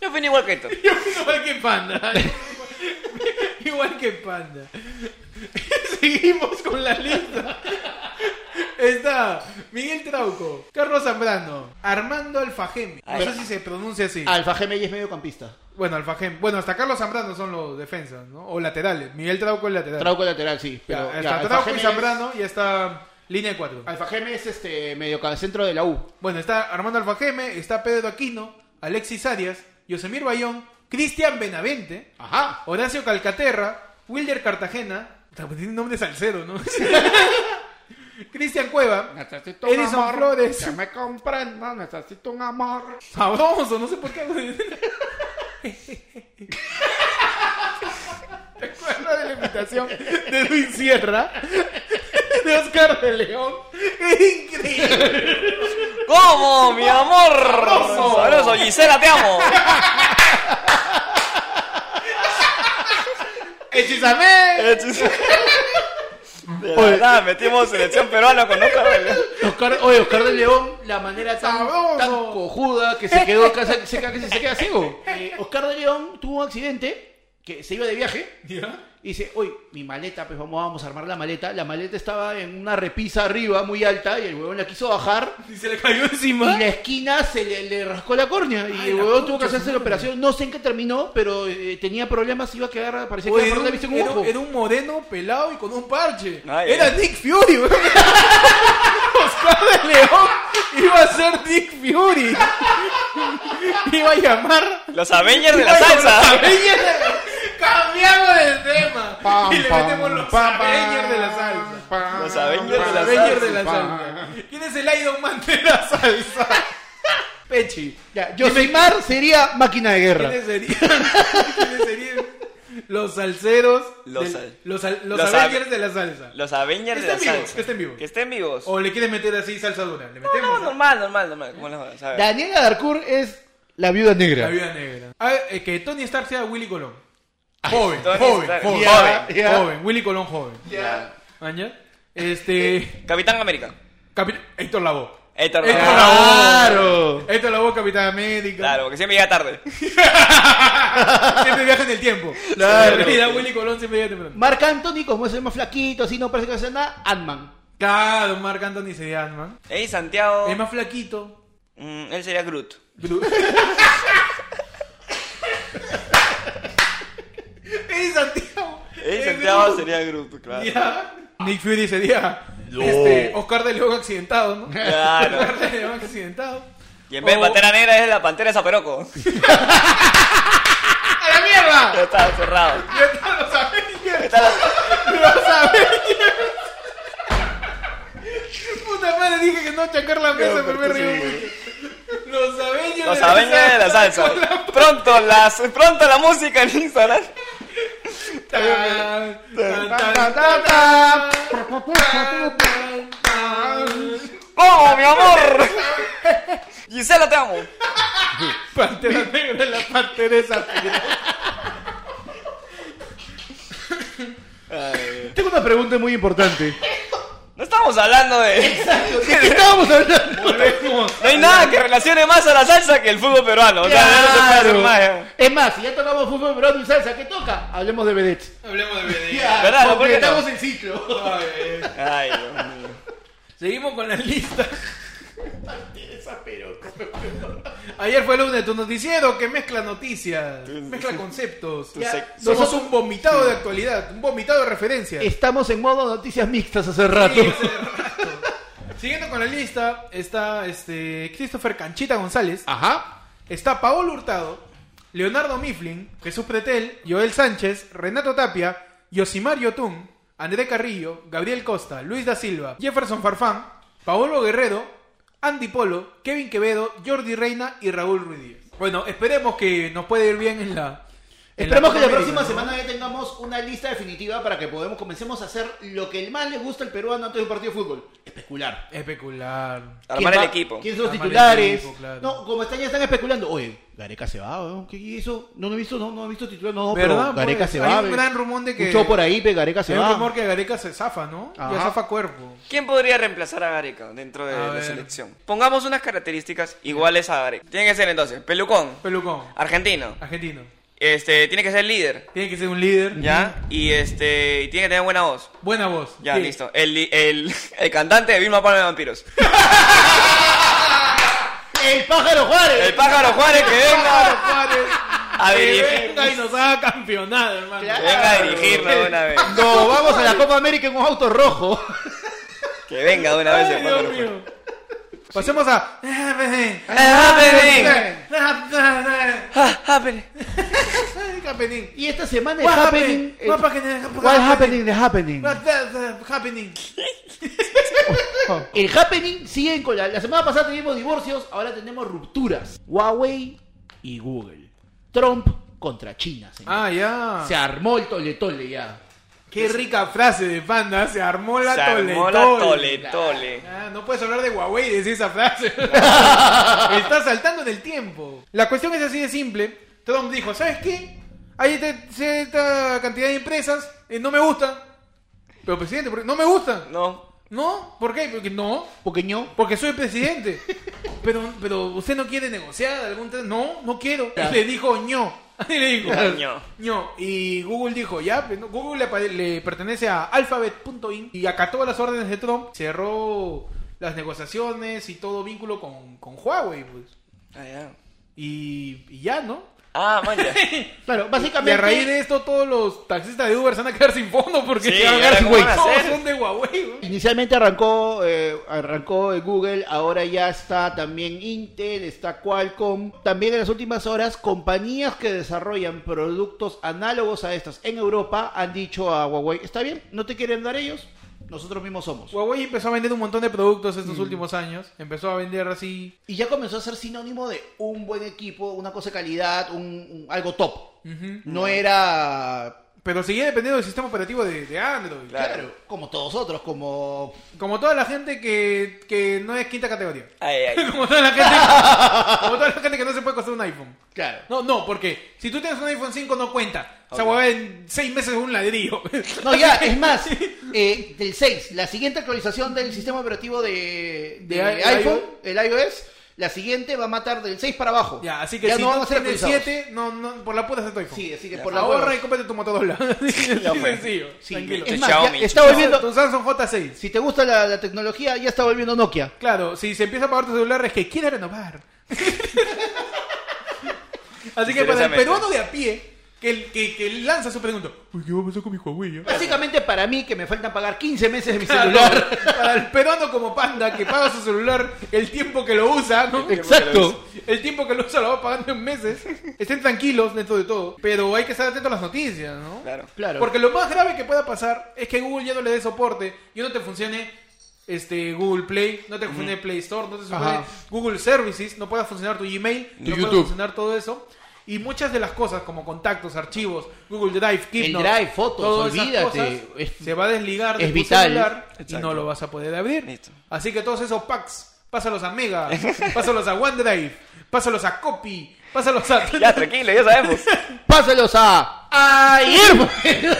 Speaker 2: Yo opino igual que esto.
Speaker 1: Igual que panda. (laughs) Igual que panda. Seguimos con la lista. Está Miguel Trauco, Carlos Zambrano, Armando Alfajeme. No
Speaker 2: Ay.
Speaker 1: sé si se pronuncia así.
Speaker 3: Alfa Gemelli es mediocampista.
Speaker 1: Bueno, Alfajeme. Bueno, hasta Carlos Zambrano son los defensas, ¿no? O laterales. Miguel Trauco es lateral.
Speaker 3: Trauco lateral, sí. Pero
Speaker 1: Ya,
Speaker 3: ya,
Speaker 1: está
Speaker 3: Alfa
Speaker 1: Trauco y
Speaker 3: Gemelli es-
Speaker 1: Zambrano y está línea de cuatro.
Speaker 3: Alfa Gemelli es este mediocentro de la U.
Speaker 1: Bueno, está Armando Alfajeme, está Pedro Aquino, Alexis Arias, Yosemir Bayón, Cristian Benavente.
Speaker 3: Ajá.
Speaker 1: Horacio Calcaterra, Wilder Cartagena, puta, pues tiene nombre de salsero, ¿no? (laughs) Cristian Cueva,
Speaker 4: Necesito un
Speaker 1: Edison
Speaker 4: amor
Speaker 1: Flores.
Speaker 4: que me comprenda, necesito un amor.
Speaker 1: sabroso, no sé por qué. ¿Te acuerdas de la invitación de Luis Sierra? De Oscar de León. Increíble.
Speaker 2: (laughs) ¿Cómo, mi amor?
Speaker 1: Sabroso.
Speaker 2: Sabroso, Gisela, te
Speaker 1: (laughs)
Speaker 2: amo.
Speaker 1: Hechizame.
Speaker 2: De verdad, metimos selección peruana con Oscar Vélez.
Speaker 3: Oscar, oye, Oscar de León, la manera tan,
Speaker 1: Sabroso.
Speaker 3: tan cojuda que se quedó acá, se, se- casi se queda
Speaker 1: (laughs)
Speaker 3: ciego. Eh, Oscar de León tuvo un accidente, que se iba de viaje, y dice, oye, mi maleta, pues vamos, vamos a armar la maleta. La maleta estaba en una repisa arriba, muy alta, y el huevón la quiso bajar.
Speaker 1: Y se le cayó
Speaker 3: Y
Speaker 1: encima.
Speaker 3: la esquina se le, le rascó la córnea y
Speaker 1: ¿Ah? Ay,
Speaker 3: el
Speaker 1: la
Speaker 3: huevón
Speaker 1: pucha
Speaker 3: tuvo que hacerse la
Speaker 1: madre.
Speaker 3: operación. No sé en qué terminó, pero eh, tenía problemas, iba a quedar, parecía
Speaker 1: Oye,
Speaker 3: que
Speaker 1: era,
Speaker 3: iba a perder la
Speaker 1: un,
Speaker 3: vista en
Speaker 1: era-
Speaker 3: un ojo.
Speaker 1: era un moreno pelado y con un parche.
Speaker 2: Ay,
Speaker 1: era
Speaker 2: ay.
Speaker 1: Nick Fury, weón. (laughs) Oscar de León iba a ser Nick Fury. (laughs) iba a llamar.
Speaker 2: Los Avengers de
Speaker 1: iba
Speaker 2: la
Speaker 1: a llamar
Speaker 2: salsa.
Speaker 1: Avengers. Cambiamos de tema.
Speaker 4: Pam,
Speaker 1: y le
Speaker 4: pam,
Speaker 1: metemos los
Speaker 4: pam,
Speaker 1: Avengers
Speaker 4: pam,
Speaker 1: de la salsa.
Speaker 4: pam,
Speaker 2: Los Avengers de
Speaker 1: Los
Speaker 2: la
Speaker 1: Avengers
Speaker 2: salsa.
Speaker 1: de la
Speaker 4: pam.
Speaker 1: salsa. ¿Quién es el Iron Man de la
Speaker 2: (laughs)
Speaker 1: salsa? Pechi.
Speaker 3: Ya, Josimar sería máquina de guerra.
Speaker 1: ¿Quiénes serían? (laughs) ¿Quiénes serían? Los salseros.
Speaker 2: Los
Speaker 1: del-
Speaker 2: sal-
Speaker 1: los, sal- los
Speaker 2: los
Speaker 1: Avengers de la salsa.
Speaker 2: Los Avengers
Speaker 1: Que
Speaker 2: de la
Speaker 1: estén vivos,
Speaker 2: salsa.
Speaker 1: que estén vivos.
Speaker 2: Que estén vivos.
Speaker 1: O le quieres meter así salsa dura. Le
Speaker 2: No,
Speaker 1: metemos.
Speaker 2: no,
Speaker 1: ¿no?
Speaker 2: normal, normal, normal. ¿Cómo lo sabes?
Speaker 3: Daniela Darcourt es la viuda negra.
Speaker 1: La vida negra. Ah, eh, que Tony Stark sea Willy Colón. Joven,
Speaker 2: Tony
Speaker 1: joven,
Speaker 2: Stark.
Speaker 1: joven,
Speaker 3: Ya,
Speaker 1: joven,
Speaker 3: ya.
Speaker 1: joven, Willy Colón joven. ¿Maña? Este.
Speaker 2: Capitán América.
Speaker 1: capi- Héctor Lavoe.
Speaker 2: Héctor
Speaker 1: Héctor
Speaker 2: Lavoe.
Speaker 1: Lavoe. Héctor Lavoe, Capitán América.
Speaker 2: Claro, porque siempre llega tarde.
Speaker 1: Siempre viaja en el tiempo. (laughs)
Speaker 3: Claro.
Speaker 1: En realidad, Willy Colón siempre viaja temprano.
Speaker 3: Marc Anthony, como es el más flaquito, así no parece que hace nada, Ant-Man.
Speaker 1: Claro, Marc Anthony sería Ant-Man.
Speaker 2: Ey, Santiago.
Speaker 1: Es más flaquito.
Speaker 2: mm, él sería Groot.
Speaker 1: Ey, Santiago.
Speaker 2: Ey,
Speaker 1: Ey,
Speaker 2: Santiago
Speaker 1: Groot.
Speaker 2: sería Groot, claro.
Speaker 1: Ya. Nick Fury sería este, Oscar de León accidentado, ¿no?
Speaker 2: Claro.
Speaker 1: Oscar de León accidentado.
Speaker 2: Y en vez de
Speaker 1: O-
Speaker 2: Pantera Negra es la Pantera de Zaperoco. (laughs)
Speaker 1: ¡A la mierda!
Speaker 2: Ya estaba cerrado.
Speaker 1: Ya están los Avengers.
Speaker 2: Está la-
Speaker 1: Los Avengers. Puta madre, dije que no chacar la mesa, pero me reí. Los Avengers.
Speaker 2: Los Avengers de la salsa. Pronto, las, pronto la música en Instagram.
Speaker 1: Tan, tan, tan, tan, tan, tan, tan.
Speaker 2: ¿Cómo, ¡Oh, mi amor? Gisela, te amo.
Speaker 1: Pantera negra, la pantera esa.
Speaker 3: Tengo una pregunta muy importante.
Speaker 1: (laughs)
Speaker 2: No estaba estábamos hablando de...
Speaker 3: Exacto, ¿de qué estábamos hablando?
Speaker 1: Volvemos.
Speaker 2: No hay nada que relacione más a la salsa que el fútbol peruano. O sea, no se puede hacer más,
Speaker 3: Claro.
Speaker 2: ¿eh?
Speaker 3: Es más, si ya tocamos fútbol, pero y salsa, ¿qué toca? Hablemos de vedettes.
Speaker 1: Hablemos de BD.
Speaker 3: Ya,
Speaker 2: ¿Verdad? ¿Por qué
Speaker 3: completamos
Speaker 2: no?
Speaker 3: el ciclo.
Speaker 1: Ay, eh.
Speaker 2: Ay, Dios mío.
Speaker 1: Seguimos con las listas.
Speaker 3: Esa peroca.
Speaker 1: Ayer fue el lunes de tu noticiero que mezcla noticias, mezcla conceptos. Ya,
Speaker 2: sec-
Speaker 1: somos
Speaker 3: somos-
Speaker 1: un vomitado de actualidad, un vomitado de referencias.
Speaker 3: Estamos en modo noticias mixtas hace rato.
Speaker 1: Sí, hace rato. Siguiendo con la lista está este Christopher Canchita González,
Speaker 3: Ajá.
Speaker 1: está Paolo Hurtado, Leonardo Mifflin, Jesús Pretel, Joel Sánchez, Renato Tapia, Yosimar Yotun, André Carrillo, Gabriel Costa, Luis da Silva, Jefferson Farfán, Paolo Guerrero, Andy Polo, Kevin Quevedo, Jordi Reina y Raúl Ruiz Díaz. Bueno, esperemos que nos pueda ir bien en la... en
Speaker 3: Esperemos que la
Speaker 1: Copa
Speaker 3: próxima
Speaker 1: América, ¿no?
Speaker 3: semana ya tengamos una lista definitiva para que podamos comencemos a hacer lo que más le gusta al peruano antes de un partido de fútbol. Especular.
Speaker 1: Especular.
Speaker 2: Armar
Speaker 3: ¿Quién
Speaker 2: el
Speaker 3: va-
Speaker 2: equipo.
Speaker 3: ¿Quiénes son los
Speaker 1: Armar el
Speaker 3: titulares?
Speaker 1: equipo, claro.
Speaker 3: No, como están ya están especulando. Oye, Gareca se va, weón. ¿Qué hizo? No, no he visto, no, no he visto titular, no, pero
Speaker 1: ¿Verdad,
Speaker 3: Gareca
Speaker 1: pues?
Speaker 3: se
Speaker 1: Hay
Speaker 3: va.
Speaker 1: un
Speaker 3: ve.
Speaker 1: gran rumor de que-
Speaker 3: Escuchó por ahí, pe, Gareca se
Speaker 1: Hay un
Speaker 3: va.
Speaker 1: rumor que Gareca se zafa, ¿no? Ya
Speaker 3: Ajá.
Speaker 1: zafa cuerpo.
Speaker 2: ¿Quién podría reemplazar a Gareca dentro de
Speaker 1: A
Speaker 2: la
Speaker 1: ver.
Speaker 2: selección? Pongamos unas características iguales a Gareca. Tiene que ser entonces pelucón,
Speaker 1: Pelucón.
Speaker 2: argentino.
Speaker 1: Argentino.
Speaker 2: Este, tiene que ser líder,
Speaker 1: Tiene que ser un líder.
Speaker 2: ¿ya? Y este, y tiene que tener buena voz.
Speaker 1: Buena voz.
Speaker 2: Ya,
Speaker 1: Sí.
Speaker 2: listo. El, li- el, (laughs) el cantante de Vilma Palma de Vampiros.
Speaker 3: El pájaro Juárez.
Speaker 2: El pájaro Juárez que
Speaker 1: Claro,
Speaker 2: venga.
Speaker 1: Juárez.
Speaker 2: A
Speaker 1: que
Speaker 2: dirigir.
Speaker 1: venga y nos haga campeonato, hermano.
Speaker 2: Que venga a dirigirnos de una vez.
Speaker 3: No, vamos a la Copa América en un auto rojo.
Speaker 2: Que venga de una vez
Speaker 1: Ay,
Speaker 2: el
Speaker 1: Dios
Speaker 2: pájaro Juárez. Eh,
Speaker 1: mío. Pasemos a.
Speaker 2: Happening. Ah, happening.
Speaker 1: Happening.
Speaker 3: Y esta semana el
Speaker 1: What
Speaker 3: happening.
Speaker 1: happened?
Speaker 3: el-
Speaker 1: What happened?
Speaker 3: What happening? The happening.
Speaker 1: What the- the happening?
Speaker 3: El happening siguen con la, la semana pasada teníamos divorcios, ahora tenemos rupturas. Huawei y Google. Trump contra China, señor.
Speaker 1: Ah, ya.
Speaker 3: Se armó el tole tole ya.
Speaker 1: Qué rica frase de panda. Se armó la
Speaker 2: Se armó la
Speaker 1: tole.
Speaker 2: tole, tole.
Speaker 1: Ah, no puedes hablar de Huawei y decir esa frase. Estás saltando en el tiempo. La cuestión es así de simple. Trump dijo, ¿sabes qué? Hay esta, cierta cantidad de empresas, eh, no me gustan. Pero presidente, ¿por qué? no me gustan.
Speaker 2: No.
Speaker 1: ¿No? ¿Por qué? Porque no,
Speaker 3: Pequeño.
Speaker 1: porque soy presidente. Pero, pero usted no quiere negociar algún tra- No, no quiero. Y
Speaker 3: Claro.
Speaker 1: le dijo ño. (laughs) Y le dijo
Speaker 2: Ño.
Speaker 1: ño. Y Google dijo, ya, pues, no. Google le, pa- le pertenece a Alphabet.inc y acató las órdenes de Trump. Cerró las negociaciones y todo vínculo con, con Huawei, pues.
Speaker 2: Ah, ya.
Speaker 1: Y, y ya, ¿no?
Speaker 2: Ah,
Speaker 1: (laughs)
Speaker 2: man, ya.
Speaker 3: Claro,
Speaker 1: Y
Speaker 3: básicamente.
Speaker 1: a raíz de esto todos los taxistas de Uber se van a quedar sin fondo porque
Speaker 2: Sí,
Speaker 1: se van a
Speaker 2: ahora
Speaker 1: quedar sin
Speaker 2: ¿cómo van a
Speaker 1: Todos
Speaker 2: hacer?
Speaker 1: son de Huawei, güey.
Speaker 3: Inicialmente arrancó, eh, arrancó eh, Google, ahora ya está también Intel, está Qualcomm. También en las últimas horas, compañías que desarrollan productos análogos a estas en Europa han dicho a Huawei, está bien, no te quieren dar ellos, nosotros mismos somos.
Speaker 1: Huawei empezó a vender un montón de productos estos
Speaker 2: Mm.
Speaker 1: últimos años. Empezó a vender así
Speaker 3: Y ya comenzó a ser sinónimo de un buen equipo, una cosa de calidad, un, un- algo top. No era,
Speaker 1: Pero seguía dependiendo del sistema operativo de, de Android.
Speaker 2: Claro.
Speaker 3: claro. como todos otros, como...
Speaker 1: Como toda la gente que, que no es quinta categoría.
Speaker 2: Ay, ay.
Speaker 1: Como toda, la
Speaker 3: (laughs)
Speaker 1: gente, como toda la gente que no se puede costar un iPhone.
Speaker 3: Claro.
Speaker 1: No, no, porque si tú tienes un iPhone 5 no cuenta. O sea, huevada en seis meses es un ladrillo. (laughs)
Speaker 3: No, ya, es más, eh, del 6, la siguiente actualización del sistema operativo de,
Speaker 1: De
Speaker 3: de
Speaker 1: i-
Speaker 3: iPhone,
Speaker 1: iPhone.
Speaker 3: el iOS, la siguiente va a matar del 6 para abajo.
Speaker 1: Ya, así que
Speaker 3: Ya
Speaker 1: si
Speaker 3: no
Speaker 1: no,
Speaker 3: vamos a ser
Speaker 1: tienes
Speaker 3: actualizados.
Speaker 1: 7, no, no, por la puta es tu iPhone.
Speaker 3: Sí, así que
Speaker 2: Ya,
Speaker 3: por la
Speaker 1: Ahorra
Speaker 3: hueva.
Speaker 1: y cómprate tu (laughs) Motorola. Así de
Speaker 2: pues.
Speaker 1: sencillo.
Speaker 3: Sí,
Speaker 1: Tranquilo.
Speaker 3: Es
Speaker 2: Tu
Speaker 3: más, ya
Speaker 2: Xiaomi.
Speaker 3: está volviendo,
Speaker 1: Tu Samsung J6.
Speaker 3: si te gusta la, la tecnología, ya está volviendo Nokia.
Speaker 1: Claro, si se empieza a pagar tu celular es que quiere renovar. (laughs) Así que para el
Speaker 2: Misteriosamente.
Speaker 1: peruano de a pie, que, el- que, que lanza su pregunta, uy, ¿qué va a pasar con mi Huawei? eh?"
Speaker 3: Básicamente para mí, que me faltan pagar 15 meses de mi
Speaker 1: Claro,
Speaker 3: celular.
Speaker 1: (laughs) para el peruano como panda que paga su celular el tiempo que lo usa, ¿no?
Speaker 3: Exacto.
Speaker 1: El tiempo que lo usa lo va pagando en meses. Estén tranquilos dentro de todo, pero hay que estar atentos a las noticias, ¿no?
Speaker 2: Claro.
Speaker 3: Claro.
Speaker 1: Porque lo más grave que pueda pasar es que Google ya no le dé soporte y no te funcione este Google Play, no te funcione Play Store, no te funcione
Speaker 3: Ajá.
Speaker 1: Google Services, no pueda funcionar tu Gmail, no pueda
Speaker 3: YouTube.
Speaker 1: funcionar todo eso. Y muchas de las cosas como contactos, archivos, Google Drive, Keepnote,
Speaker 3: Drive, fotos,
Speaker 1: todas esas
Speaker 3: olvídate.
Speaker 1: cosas,
Speaker 3: Es-
Speaker 1: se va a desligar de
Speaker 3: es
Speaker 1: tu
Speaker 3: vital.
Speaker 1: celular y
Speaker 2: Exacto.
Speaker 1: no lo vas a poder abrir.
Speaker 2: Listo.
Speaker 1: Así que todos esos packs, pásalos a Mega, (laughs) pásalos a OneDrive, pásalos a Copy, pásalos a (laughs)
Speaker 2: Ya, tranquilo, ya sabemos.
Speaker 1: (laughs)
Speaker 3: Páselos a... Ayer.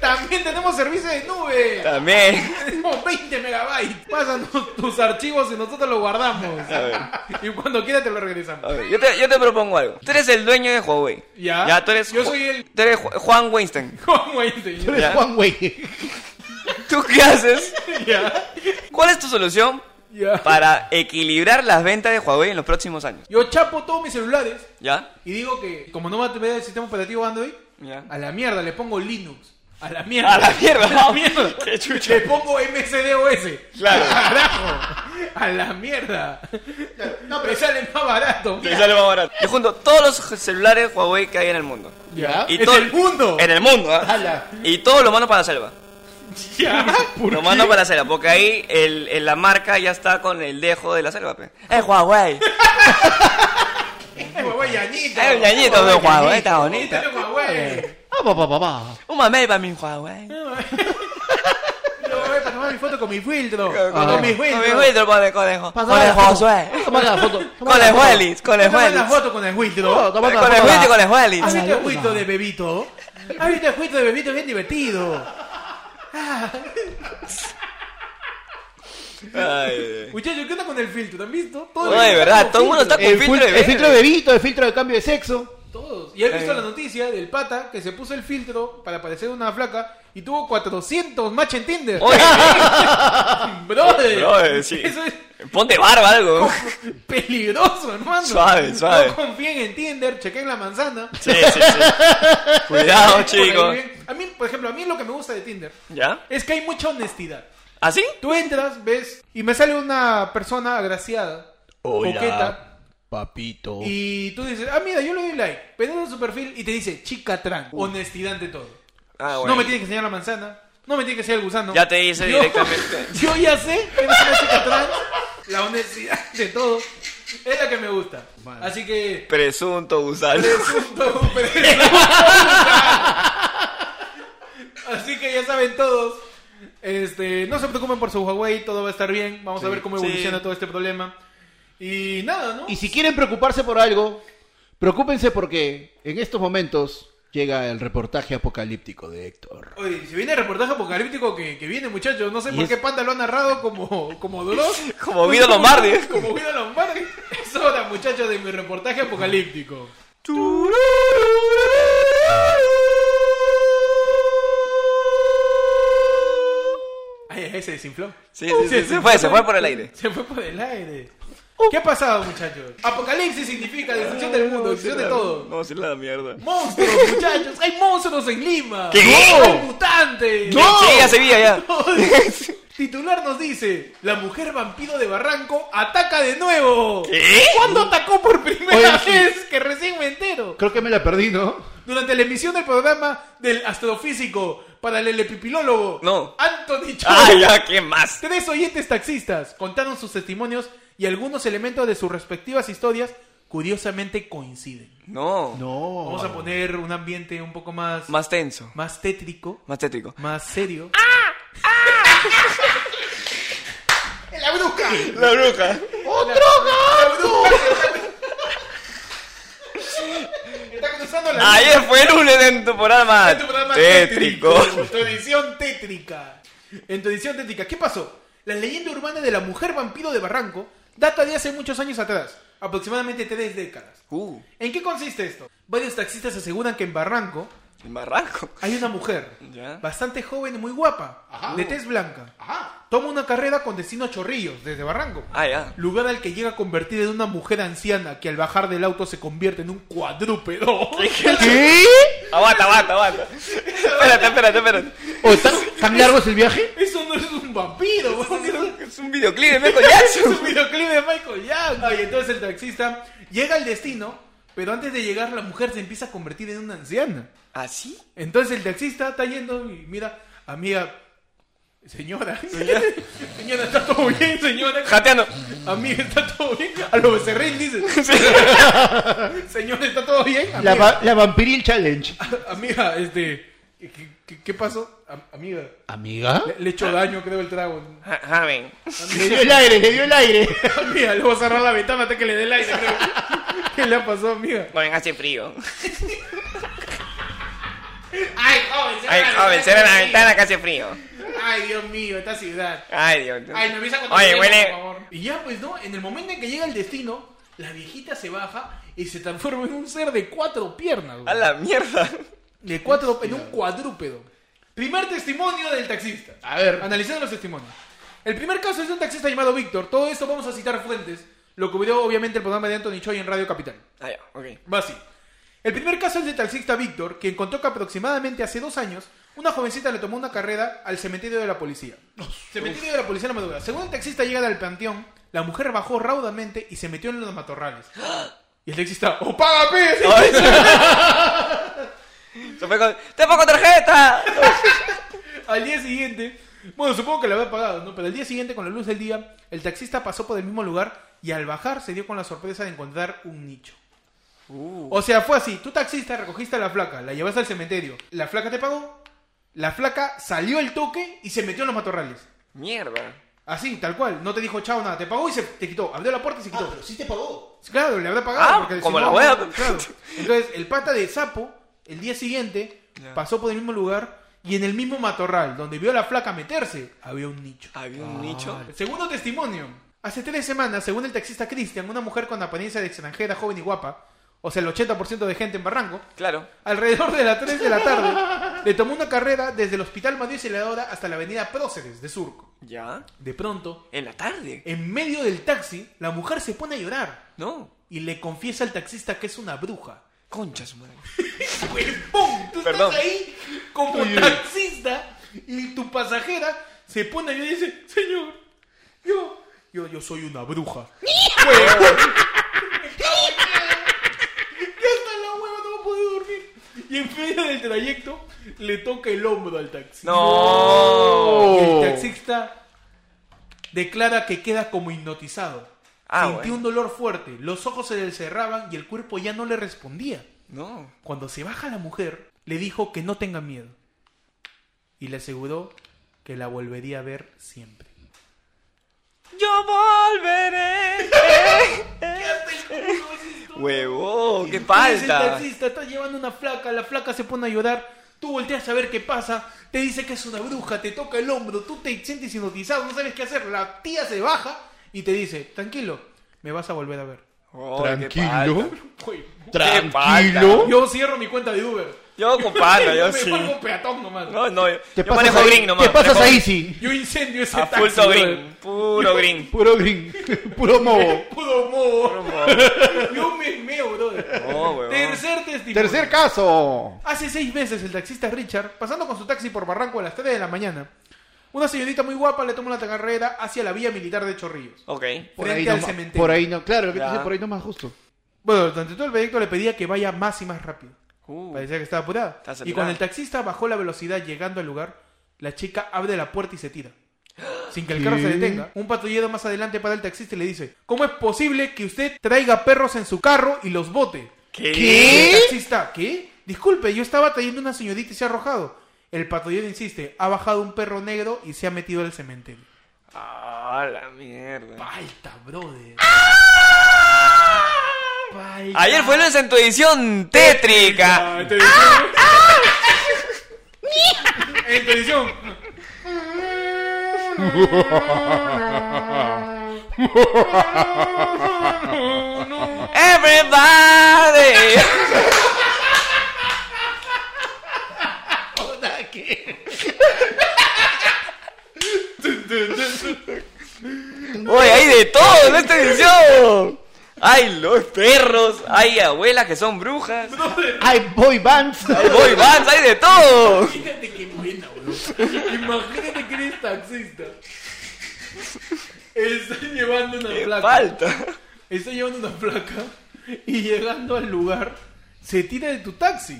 Speaker 1: También tenemos servicio de nube.
Speaker 2: También.
Speaker 1: Tenemos 20 megabytes. Pásanos tus archivos y nosotros los guardamos.
Speaker 2: A ver.
Speaker 1: Y cuando quieras te lo
Speaker 2: A
Speaker 1: regresamos.
Speaker 2: ver, yo, te, yo te propongo algo. Tú eres el dueño de Huawei.
Speaker 1: Ya.
Speaker 2: Ya, tú eres.
Speaker 1: Yo
Speaker 2: Ju-
Speaker 1: soy el-
Speaker 2: Tú eres Ju- Juan Weinstein.
Speaker 1: ¿Cómo es,
Speaker 2: (laughs)
Speaker 1: señor?
Speaker 3: Eres
Speaker 2: Ya.
Speaker 3: Juan Wei.
Speaker 2: ¿Tú qué haces?
Speaker 1: Ya.
Speaker 2: ¿Cuál es tu solución
Speaker 1: Ya.
Speaker 2: para equilibrar las ventas de Huawei en los próximos años?
Speaker 1: Yo chapo todos mis celulares
Speaker 2: ¿Ya?
Speaker 1: y digo que, como no va a tener el sistema operativo Android,
Speaker 2: Ya.
Speaker 1: a la mierda le pongo Linux. A la mierda.
Speaker 2: A la mierda.
Speaker 1: A la mierda.
Speaker 2: Qué chucha.
Speaker 1: Le pongo MCDOS.
Speaker 2: Claro.
Speaker 1: Carajo. A la mierda. No, pero sale más barato.
Speaker 2: Te sale más barato. Yo junto todos los celulares Huawei que hay en el mundo.
Speaker 3: ¿Ah?
Speaker 1: Ya.
Speaker 2: Y
Speaker 1: en
Speaker 2: todo-
Speaker 1: el mundo.
Speaker 2: En el mundo, ¿ah?
Speaker 3: Ala.
Speaker 2: Y todos los mando para la selva. (laughs)
Speaker 1: Ya. ¿Por
Speaker 2: Lo
Speaker 1: qué?
Speaker 2: mando para la selva, porque ahí el, el- la marca ya está con el dejo de la selva. Pe. ¡Eh, Huawei!
Speaker 1: Ay, guagua, Yanito.
Speaker 2: ¡Eh, ñañito, de Huawei! Está
Speaker 1: Ay,
Speaker 2: bonita.
Speaker 1: guagua.
Speaker 3: Ah, pa, pa, pa, pa.
Speaker 2: Un mamey para mi Huawei.
Speaker 1: Yo voy a eh, tomar mi foto con mi filtro.
Speaker 2: Con
Speaker 1: Con mi
Speaker 2: Con mi
Speaker 1: filtro.
Speaker 2: filtro, con el conejo. Con
Speaker 3: Pásame
Speaker 2: el
Speaker 3: la foto.
Speaker 2: Josué.
Speaker 3: Toma la foto. Toma
Speaker 2: Con
Speaker 3: la
Speaker 2: el
Speaker 3: foto.
Speaker 2: Huelis, con el
Speaker 1: Toma la
Speaker 2: Huelis.
Speaker 1: foto con el filtro.
Speaker 3: Toma la
Speaker 2: Con el
Speaker 3: foto.
Speaker 2: Huelis, con el
Speaker 1: ¿Has
Speaker 2: Huelis.
Speaker 1: visto el filtro de Bebito? ¿Has visto el filtro de Bebito? Bien divertido. Muchachos, ¿qué onda con el filtro? ¿Te han visto? Todo el
Speaker 2: Oye,
Speaker 1: mundo
Speaker 2: ¿verdad?
Speaker 1: con
Speaker 2: Todo el mundo está con
Speaker 3: El,
Speaker 2: filtro
Speaker 3: filtro
Speaker 2: de
Speaker 3: el filtro de
Speaker 2: verde.
Speaker 3: bebito, el filtro de cambio de sexo.
Speaker 1: Todos. Y has visto
Speaker 2: Eh.
Speaker 1: la noticia del pata que se puso el filtro para parecer una flaca y tuvo 400 match en Tinder.
Speaker 2: Oye,
Speaker 1: (laughs) Brother.
Speaker 2: Brother, sí.
Speaker 1: Eso es
Speaker 2: ponte barba algo.
Speaker 1: peligroso, hermano.
Speaker 2: Suave, suave.
Speaker 1: No confíen en Tinder, chequen la manzana.
Speaker 2: (laughs) Sí, sí, sí. Cuidado,
Speaker 1: Por ahí
Speaker 2: chicos.
Speaker 1: bien. A mí, por ejemplo, a mí lo que me gusta de Tinder
Speaker 2: ¿Ya? ¿Ah,
Speaker 1: es que hay mucha honestidad.
Speaker 2: ¿Así?
Speaker 1: Tú entras, ves, y me sale una persona agraciada, coqueta,
Speaker 3: papito.
Speaker 2: Oh.
Speaker 1: y tú dices, ah, mira, yo le doy like, penetra su perfil y te dice, chica trans, honestidad ante todo.
Speaker 2: Ah,
Speaker 1: No me tiene que enseñar la manzana, no me tiene que enseñar el gusano.
Speaker 2: Ya te dice
Speaker 1: Yo-
Speaker 2: directamente.
Speaker 1: (laughs) Yo ya sé que eres una chica trans, la honestidad de todo es la que me gusta. Así que...
Speaker 2: Presunto gusano.
Speaker 1: Presunto, presunto. Así que ya saben todos. Este, no se preocupen por su Huawei, todo va a estar bien. Vamos a ver cómo
Speaker 2: sí.
Speaker 1: evoluciona todo este problema. Y nada, ¿no?
Speaker 3: Y si quieren preocuparse por algo, preocúpense porque en estos momentos llega el reportaje apocalíptico de Héctor.
Speaker 1: Oye, si viene el reportaje apocalíptico que, que viene, muchachos, no sé
Speaker 3: Y
Speaker 1: por
Speaker 3: es-
Speaker 1: qué Panda lo ha narrado como, como Dolor.
Speaker 2: (laughs) Como Guido Lombardi.
Speaker 1: Como Guido Lombardi. Es hora, muchachos, de mi reportaje apocalíptico. Ay, ay, se desinfló.
Speaker 2: Sí, sí, sí, se fue, se fue por el aire.
Speaker 1: Se fue por el aire. ¿Qué ha pasado, muchachos? Apocalipsis significa destrucción del mundo, destrucción de todo.
Speaker 2: No, sí, la mierda.
Speaker 1: Monstruos, muchachos, hay monstruos en Lima.
Speaker 2: ¿Qué?
Speaker 1: ¡Hay mutantes!
Speaker 2: ¡No! Sí, ya se veía ya.
Speaker 1: (laughs) Titular nos dice: La mujer vampiro de Barranco ataca de nuevo.
Speaker 2: ¿Qué?
Speaker 1: ¿Cuándo atacó por primera
Speaker 3: Oye, sí.
Speaker 1: vez? Que recién me entero.
Speaker 3: Creo que me la perdí, ¿no?
Speaker 1: Durante la emisión del programa del astrofísico para el elepipilólogo,
Speaker 2: No.
Speaker 1: Anthony Cho,
Speaker 2: Ah, ya, ¿qué más?
Speaker 1: tres oyentes taxistas contaron sus testimonios y algunos elementos de sus respectivas historias curiosamente coinciden.
Speaker 2: No.
Speaker 3: No.
Speaker 1: Vamos a poner un ambiente un poco más,
Speaker 2: Más tenso.
Speaker 1: más tétrico,
Speaker 2: Más tétrico.
Speaker 1: más serio. (laughs)
Speaker 3: ¡La bruja!
Speaker 2: La bruja.
Speaker 1: (laughs) Está cruzando la
Speaker 2: Ayer fue el lunes en tu programa.
Speaker 1: En tu Este programa
Speaker 2: tétrico.
Speaker 1: tétrico. Tu edición tétrica. En tu edición tétrica. ¿Qué pasó? La leyenda urbana de la mujer vampiro de Barranco data de hace muchos años atrás, aproximadamente tres décadas.
Speaker 2: Uh,
Speaker 1: ¿En qué consiste esto? Varios taxistas aseguran que en Barranco
Speaker 2: el barranco.
Speaker 1: hay una mujer
Speaker 2: (laughs) Ya.
Speaker 1: bastante joven y muy guapa, de tez blanca. Toma una carrera con destino a Chorrillos, desde Barranco.
Speaker 2: Ah, ya.
Speaker 1: Lugar al que llega convertida en una mujer anciana que al bajar del auto se convierte en un
Speaker 2: (laughs)
Speaker 1: cuadrúpedo.
Speaker 3: ¿Qué?
Speaker 2: Aguanta, aguanta, aguanta. espérate, espérate, espérate.
Speaker 3: ¿O tan, tan largo es el viaje?
Speaker 1: Eso no es un vampiro, weón.
Speaker 2: Es un- Es un videoclip de Michael
Speaker 1: Es
Speaker 2: Jackson.
Speaker 1: un videoclip de Michael Jackson. Y entonces el taxista llega al destino, pero antes de llegar la mujer se empieza a convertir en una anciana.
Speaker 2: ¿Así?
Speaker 1: Entonces el taxista está yendo y mira, amiga, señora, (laughs) señora, está todo bien, señora.
Speaker 2: Jateando.
Speaker 1: Amiga, está todo bien. A lo becerril (laughs) dice, señora, está todo bien.
Speaker 3: La,
Speaker 1: Amiga,
Speaker 3: va- la vampiril challenge.
Speaker 1: amiga este, ¿qué, qué- qué pasó? Am- Amiga,
Speaker 3: ¿Amiga?
Speaker 1: le, le he hecho daño, creo, el trago. (laughs)
Speaker 2: Ja- Jamen.
Speaker 3: Le dio el aire, le dio el aire.
Speaker 1: Amiga, le voy a cerrar la ventana hasta que le dé el aire, creo. (laughs) ¿Qué le ha pasado, amiga?
Speaker 2: No venga, hace frío.
Speaker 1: ¡Ay, joven, cierra
Speaker 2: Ay,
Speaker 1: la
Speaker 2: joven,
Speaker 1: ventana,
Speaker 2: cierra la
Speaker 1: sí.
Speaker 2: ventana que hace frío.
Speaker 1: Ay, Dios mío, esta ciudad.
Speaker 2: Ay, Dios.
Speaker 1: Ay, me avisa cuando
Speaker 2: Oye,
Speaker 1: llegues,
Speaker 2: huele.
Speaker 1: por favor. Y ya, pues, ¿no? En el momento en que llega el destino, la viejita se baja y se transforma en un ser de cuatro piernas, güey.
Speaker 2: A la mierda.
Speaker 1: De cuatro, en un cuadrúpedo. Primer testimonio del taxista.
Speaker 3: A ver.
Speaker 1: Analizando los testimonios. El primer caso es de un taxista llamado Víctor. Todo esto vamos a citar fuentes. Lo cubrió obviamente el programa de Anthony Choi en Radio Capital.
Speaker 2: Ah, ya, ok.
Speaker 1: Va así. El primer caso es del taxista Víctor, quien contó que aproximadamente hace dos años una jovencita le tomó una carrera al cementerio de la policía. Cementerio de la policía en la madrugada. Según el taxista llega al panteón, la mujer bajó raudamente y se metió en los matorrales. Y el taxista, ¡o paga pe! sí".
Speaker 2: Ay, sí. Se fue con... ¡Te pongo tarjeta!
Speaker 1: Al día siguiente, bueno, supongo que la había pagado, ¿no? Pero al día siguiente, con la luz del día, el taxista pasó por el mismo lugar y al bajar se dio con la sorpresa de encontrar un nicho.
Speaker 2: Uh,
Speaker 1: O sea, fue así. Tú taxista recogiste a la flaca, la llevaste al cementerio. La flaca te pagó. La flaca salió el toque y se metió en los matorrales.
Speaker 2: Mierda.
Speaker 1: Así, tal cual. No te dijo chao nada. Te pagó y se te quitó. Abrió la puerta y se quitó.
Speaker 3: Ah, pero sí te pagó.
Speaker 1: Claro, le habrá pagado.
Speaker 2: Ah,
Speaker 1: porque
Speaker 2: como
Speaker 1: si
Speaker 2: la
Speaker 1: no,
Speaker 2: wea.
Speaker 1: claro. Entonces, el pata de sapo, el día siguiente,
Speaker 2: Ya.
Speaker 1: pasó por el mismo lugar y en el mismo matorral, donde vio a la flaca meterse, había un nicho.
Speaker 2: Había Ah, un nicho.
Speaker 1: Segundo testimonio. Hace tres semanas, según el taxista Cristian, una mujer con apariencia de extranjera, joven y guapa, o sea, el 80% de gente en Barranco,
Speaker 2: Claro.
Speaker 1: alrededor de las 3 de la tarde, le tomó una carrera desde el Hospital María Auxiliadora hasta la avenida Próceres de Surco.
Speaker 2: ¿Ya?
Speaker 1: De pronto,
Speaker 2: En la tarde.
Speaker 1: en medio del taxi, la mujer se pone a llorar
Speaker 2: No.
Speaker 1: y le confiesa al taxista que es una bruja.
Speaker 2: Concha su madre.
Speaker 1: Pues, ¡Pum! Tú
Speaker 2: Perdón.
Speaker 1: estás ahí como taxista y tu pasajera se pone ahí y dice, señor, yo, yo, yo soy una bruja. Huevón. Ya está la hueva, no me puedo dormir. Y en medio del trayecto le toca el hombro al taxista.
Speaker 2: No.
Speaker 1: Y el taxista declara que queda como hipnotizado.
Speaker 2: Ah,
Speaker 1: Sintió
Speaker 2: bueno.
Speaker 1: un dolor fuerte, los ojos se le cerraban y el cuerpo ya no le respondía.
Speaker 2: No.
Speaker 1: Cuando se baja la mujer, le dijo que no tenga miedo. Y le aseguró que la volvería a ver siempre.
Speaker 2: Yo volveré. Huevo, qué
Speaker 1: Entonces El
Speaker 2: falta.
Speaker 1: taxista está llevando una flaca, la flaca se pone a llorar. Tú volteas a ver qué pasa, te dice que es una bruja, te toca el hombro, tú te sientes hipnotizado, no sabes qué hacer. La tía se baja y te dice, tranquilo, me vas a volver a ver.
Speaker 2: Oh, qué
Speaker 4: Tranquilo.
Speaker 2: falta.
Speaker 1: Uy,
Speaker 4: Tranquilo.
Speaker 1: Yo cierro mi cuenta de Uber.
Speaker 2: Yo con pata, yo
Speaker 1: (laughs) me
Speaker 2: sí.
Speaker 1: vuelvo peatón nomás.
Speaker 2: No, no, yo,
Speaker 3: Te
Speaker 2: yo
Speaker 3: pasas
Speaker 2: manejo
Speaker 3: ahí-
Speaker 2: green nomás.
Speaker 3: Te pasas
Speaker 2: manejo
Speaker 3: ahí, sí.
Speaker 1: Yo incendio ese
Speaker 2: A full
Speaker 1: taxi.
Speaker 2: so
Speaker 1: brother.
Speaker 2: green. Puro
Speaker 3: (laughs)
Speaker 2: green.
Speaker 3: Puro green. Puro moho.
Speaker 1: Pudo moho.
Speaker 2: No,
Speaker 1: Yo me meo, brother.
Speaker 2: huevón.
Speaker 1: Tercer testimonio.
Speaker 3: Tercer caso.
Speaker 1: Hace seis meses el taxista Richard, pasando con su taxi por Barranco a las 3 de la mañana, una señorita muy guapa le tomó la carrera hacia la vía militar de Chorrillos.
Speaker 2: Ok.
Speaker 3: Por
Speaker 1: frente
Speaker 3: ahí,
Speaker 1: al
Speaker 3: no, ma-
Speaker 1: cementerio.
Speaker 3: por ahí no. Claro, lo que te
Speaker 2: Ya.
Speaker 3: dice por ahí no más justo.
Speaker 1: Bueno, durante todo el proyecto le pedía que vaya más y más rápido.
Speaker 2: Uh,
Speaker 1: Parecía que estaba apurada.
Speaker 2: Está acelerada.
Speaker 1: Y cuando el taxista bajó la velocidad llegando al lugar, la chica abre la puerta y se
Speaker 2: (gasps)
Speaker 1: tira. Sin que el carro se detenga, un patrullero más adelante para el taxista y le dice, ¿cómo es posible que usted traiga perros en su carro y los bote?
Speaker 2: ¿Qué?
Speaker 1: El taxista, ¿qué? Disculpe, yo estaba trayendo una señorita y se ha arrojado. El patrullero insiste, ha bajado un perro negro y se ha metido al cementerio.
Speaker 2: Ah, la mierda.
Speaker 1: Falta, brother. Falta.
Speaker 2: Ayer fue lunes en tu edición tétrica.
Speaker 1: En televisión. En televisión.
Speaker 2: Everybody. Oye, hay de todo en esta edición. Hay los perros, hay abuelas que son brujas,
Speaker 3: Hay boy bands.
Speaker 2: hay boy bands, hay de todo.
Speaker 1: Imagínate qué buena, bro. Imagínate que eres taxista. Están llevando una
Speaker 2: Qué
Speaker 1: placa.
Speaker 2: falta.
Speaker 1: Está llevando una placa y llegando al lugar se tira de tu taxi.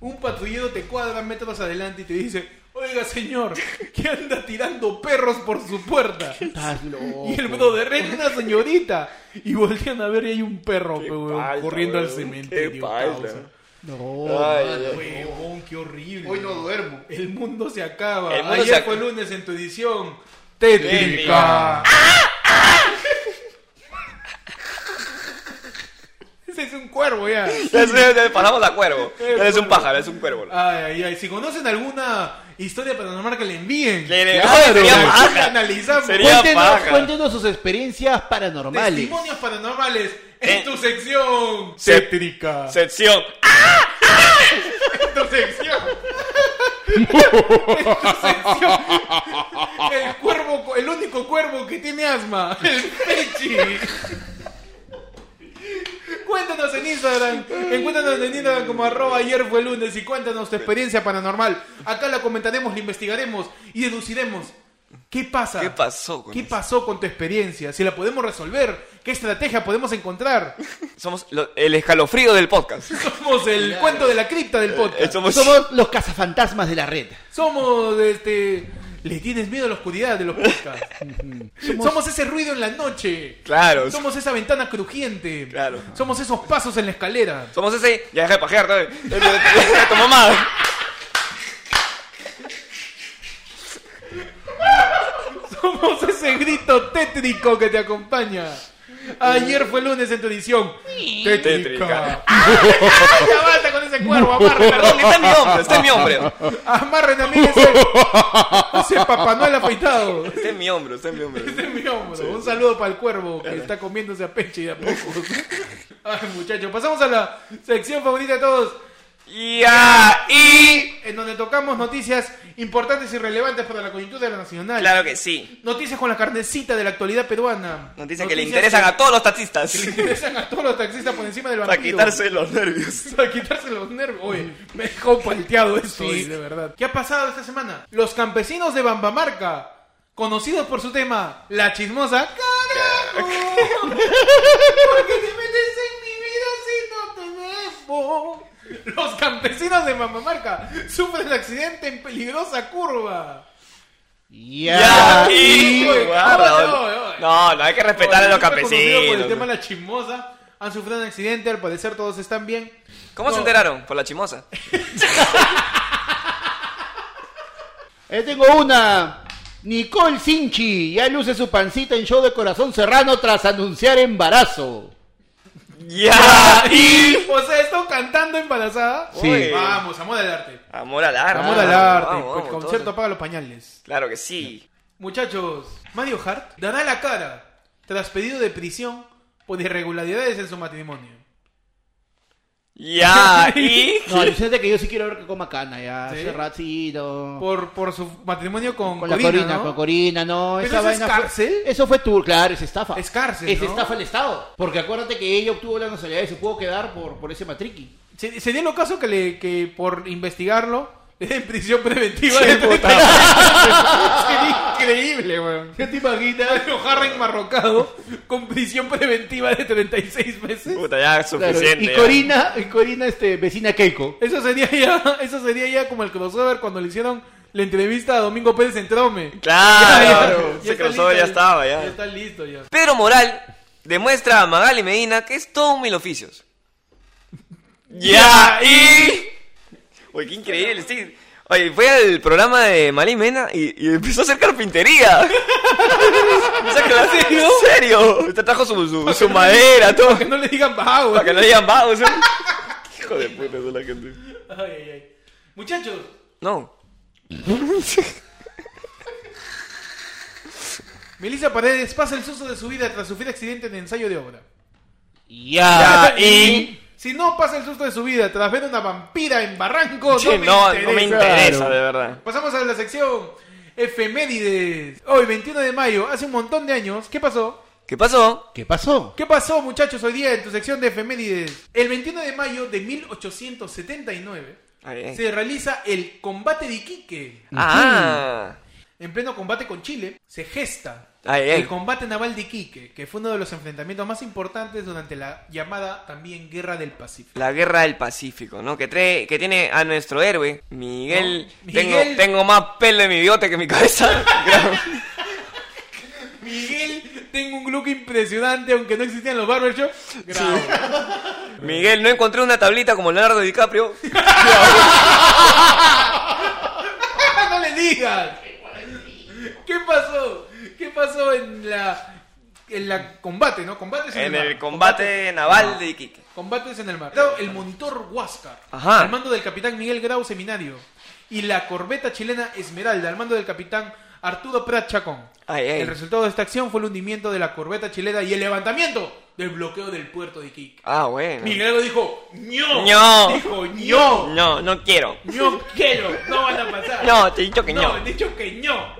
Speaker 1: Un patrullero te cuadra metros adelante y te dice, oiga señor, que anda tirando perros por su puerta.
Speaker 3: Estás loco.
Speaker 1: Y el brother es una señorita. Y voltean a ver y hay un perro, pe, weón,
Speaker 2: falta,
Speaker 1: corriendo al
Speaker 2: weón, qué
Speaker 1: cementerio.
Speaker 2: falta.
Speaker 1: causa. Oh,
Speaker 3: No.
Speaker 1: Weón, qué horrible.
Speaker 3: Hoy no duermo.
Speaker 1: El mundo se acaba.
Speaker 2: El mundo
Speaker 1: Ayer
Speaker 2: se ac-
Speaker 1: fue lunes en tu edición. Tétrica.
Speaker 2: Tétrica. (laughs)
Speaker 1: Ese es un cuervo ya.
Speaker 2: Ya se- ya pasamos a cuervo. Él es un pájaro, es un cuervo.
Speaker 1: Ay, ay, ay. Si conocen alguna historia paranormal que le envíen.
Speaker 2: Le- le-
Speaker 3: Claro,
Speaker 2: ay, sería
Speaker 1: Aquí
Speaker 3: claro.
Speaker 2: paja.
Speaker 1: analizamos.
Speaker 2: Sería-
Speaker 3: Cuéntenos,
Speaker 2: paja.
Speaker 3: cuéntenos sus experiencias paranormales.
Speaker 1: Testimonios paranormales en
Speaker 2: Eh.
Speaker 1: tu sección.
Speaker 2: Se-
Speaker 1: Tétrica.
Speaker 2: Sección.
Speaker 1: En tu sección. En tu sección. El cuervo, el único cuervo que tiene asma. El Pechi. Cuéntanos en Instagram, encuéntanos en Instagram como arroba ayer fue lunes y cuéntanos tu experiencia paranormal. Acá la comentaremos, la investigaremos y deduciremos. ¿Qué pasa?
Speaker 2: ¿Qué pasó con
Speaker 1: ¿Qué
Speaker 2: eso?
Speaker 1: pasó con tu experiencia? Si la podemos resolver, ¿qué estrategia podemos encontrar? (laughs)
Speaker 2: Somos lo- el escalofrío del podcast.
Speaker 1: Somos el cuento de la cripta del podcast.
Speaker 2: Eh, Somos.
Speaker 3: Somos los cazafantasmas de la red.
Speaker 1: Somos, este... Le tienes miedo a la oscuridad de los podcasts. Somos... ese ruido en la noche.
Speaker 2: Claro.
Speaker 1: Somos esa ventana crujiente.
Speaker 2: Claro.
Speaker 1: Somos esos pasos en la escalera.
Speaker 2: Somos ese. Ya deja de pajear, dale. (laughs) Dale, Toma más.
Speaker 1: Somos ese grito tétrico que te acompaña. Ayer fue lunes en tu edición. Tétrica. Ah,
Speaker 2: Tétrica.
Speaker 1: ya basta con ese cuervo, amarren,
Speaker 2: Perdón, está en mi hombro, está en mi hombro.
Speaker 1: amarren a mí ese, ese Papá Noel afeitado.
Speaker 2: Está en mi hombro, está en mi hombro.
Speaker 1: Este es mi hombro. Un saludo para el cuervo que está comiéndose a peche y de a pocos. Ay, muchachos, pasamos a la sección favorita de todos,
Speaker 2: Ya, y.
Speaker 1: en donde tocamos noticias importantes y relevantes para la coyuntura de la nacional.
Speaker 2: Claro que sí.
Speaker 1: Noticias con la carnecita de la actualidad peruana.
Speaker 2: Noticias que le interesan a todos los taxistas.
Speaker 1: que le interesan a todos los taxistas por encima del
Speaker 2: Para
Speaker 1: vampiro.
Speaker 2: quitarse los nervios.
Speaker 1: Para quitarse los nervios. Oye, me dejó palteado esto,
Speaker 2: Sí.
Speaker 1: oye, de verdad. ¿Qué ha pasado esta semana? Los campesinos de Bambamarca, conocidos por su tema, la chismosa.
Speaker 2: (laughs)
Speaker 1: ¡Carajo! ¿Por qué te metes en mi vida si no te dejo? Los campesinos de Bambamarca sufren accidente en peligrosa curva.
Speaker 3: Ya.
Speaker 2: Ya, y.
Speaker 1: Oye,
Speaker 2: Guarda,
Speaker 1: no,
Speaker 2: oye.
Speaker 1: no,
Speaker 2: No, no hay que respetar a los
Speaker 1: Oye, siempre conocido Por el tema
Speaker 2: campesinos.
Speaker 1: la chismosa. Han sufrido un accidente, al parecer todos están bien.
Speaker 2: ¿Cómo se
Speaker 1: No.
Speaker 2: enteraron? Por
Speaker 1: (laughs)
Speaker 2: la chimosa.
Speaker 3: Yo tengo una. Nicole Sinchi ya luce su pancita en show de corazón serrano tras anunciar embarazo.
Speaker 1: (laughs)
Speaker 2: Ya, y.
Speaker 1: O sea, están cantando embarazada.
Speaker 3: Sí.
Speaker 2: Oye.
Speaker 1: Vamos, amor al arte.
Speaker 2: Amor al arte.
Speaker 1: Amor al arte.
Speaker 2: Ah, Vamos,
Speaker 1: el
Speaker 2: vamos,
Speaker 1: concierto
Speaker 2: todos.
Speaker 1: apaga los pañales.
Speaker 2: Claro que sí.
Speaker 1: Muchachos, Mario Hart dará la cara tras pedido de prisión por irregularidades en su matrimonio. (laughs)
Speaker 2: Ya, y.
Speaker 3: No, fíjate que yo sí quiero ver que coma cana ya.
Speaker 1: ¿Sí?
Speaker 3: Hace ratito.
Speaker 1: Por, por su matrimonio con,
Speaker 3: Con
Speaker 1: Corina,
Speaker 3: la Corina,
Speaker 1: ¿no?
Speaker 3: con Corina, no.
Speaker 1: Pero eso
Speaker 3: esa
Speaker 1: es
Speaker 3: vaina fue-
Speaker 1: cárcel.
Speaker 3: eso fue tu, claro, es estafa.
Speaker 1: Es cárcel,
Speaker 3: Es
Speaker 1: ¿no?
Speaker 3: estafa al Estado. Porque acuérdate que ella obtuvo la nacionalidad y se pudo quedar por, por ese matriqui.
Speaker 1: Se- Sería lo caso que, le, que por investigarlo le den prisión preventiva
Speaker 2: Qué
Speaker 1: de
Speaker 2: puta
Speaker 1: 30 años.
Speaker 3: (laughs)
Speaker 1: Sería increíble, weón.
Speaker 3: ¿Qué te imaginas?
Speaker 1: Mario Hart enmarrocado con prisión preventiva de 36 meses.
Speaker 2: Puta, ya es suficiente. ¿eh?
Speaker 3: y
Speaker 2: ya.
Speaker 3: Corina, y Corina, este, vecina Keiko.
Speaker 1: Eso sería ya, (laughs) eso sería ya como el crossover cuando le hicieron la entrevista a Domingo Pérez en Trome. (laughs)
Speaker 2: Claro, ese
Speaker 1: está listo,
Speaker 2: crossover ya estaba,
Speaker 1: Ya
Speaker 2: ya.
Speaker 1: está listo ya.
Speaker 2: Pedro Moral demuestra a Magali Medina que es todo un mil oficios. Ya, y. Uy, qué increíble, sí. Oye, fue al programa de Magali Medina y, y empezó a hacer carpintería. (laughs) o sea, que lo hace en serio. Usted trajo su, su, su madera, todo.
Speaker 1: Que no le digan "Ah, bajo.
Speaker 2: Para que no digan vagos. ¿eh? Hijo de puta, son la gente.
Speaker 1: Ay, ay, ay. Muchachos,
Speaker 2: No.
Speaker 1: Melissa Paredes pasa el susto de su vida tras sufrir accidente en ensayo de obra. (laughs)
Speaker 2: Ya, Ah, y.
Speaker 1: Si no pasa el susto de su vida tras ver una vampira en barranco,
Speaker 2: Che,
Speaker 1: no,
Speaker 2: no,
Speaker 1: me
Speaker 2: no me
Speaker 1: interesa.
Speaker 2: interesa, de verdad.
Speaker 1: Pasamos a la sección efemérides. Hoy, 21 de mayo, hace un montón de años, ¿qué pasó?
Speaker 2: ¿Qué pasó?
Speaker 3: ¿Qué pasó?
Speaker 1: ¿Qué pasó, muchachos, hoy día en tu sección de efemérides? El 21 de mayo de 1879
Speaker 2: Ay, ay.
Speaker 1: se realiza el combate de Iquique.
Speaker 2: Ah,
Speaker 1: En pleno combate con Chile, se gesta
Speaker 2: Ay, ay.
Speaker 1: el combate naval de Iquique, que fue uno de los enfrentamientos más importantes durante la llamada también Guerra del Pacífico.
Speaker 2: la guerra del Pacífico, ¿no? Que, trae, que tiene a nuestro héroe, Miguel.
Speaker 1: No,
Speaker 2: Tengo,
Speaker 1: Miguel.
Speaker 2: tengo más pelo en mi bigote que en mi cabeza.
Speaker 1: (laughs)
Speaker 2: (laughs)
Speaker 1: Miguel, tengo un look impresionante, aunque no existían los barbershops. Grabo.
Speaker 2: Miguel, no encontré una tablita como Leonardo DiCaprio.
Speaker 1: (laughs) ¡No le digas! ¿Qué pasó? ¿Qué pasó en la en la combate, ¿no? Combates en,
Speaker 2: En
Speaker 1: el, mar.
Speaker 2: el combate naval de Iquique.
Speaker 1: Combates en el mar. Dado El monitor Huáscar,
Speaker 2: Ajá.
Speaker 1: al mando del capitán Miguel Grau Seminario. Y la corbeta chilena Esmeralda, al mando del capitán Arturo Prat Chacón.
Speaker 2: Ay, ay.
Speaker 1: El resultado de esta acción fue el hundimiento de la corbeta chilena y el levantamiento del bloqueo del puerto de Iquique.
Speaker 2: Ah, bueno.
Speaker 1: Miguel Grau dijo, ¡ño!
Speaker 2: ¡Ño!
Speaker 1: Dijo, ¡ño!
Speaker 2: No, no quiero.
Speaker 1: ¡ño quiero! ¡No van a pasar!
Speaker 2: No, te he dicho que
Speaker 1: No,
Speaker 2: no.
Speaker 1: han dicho que ño.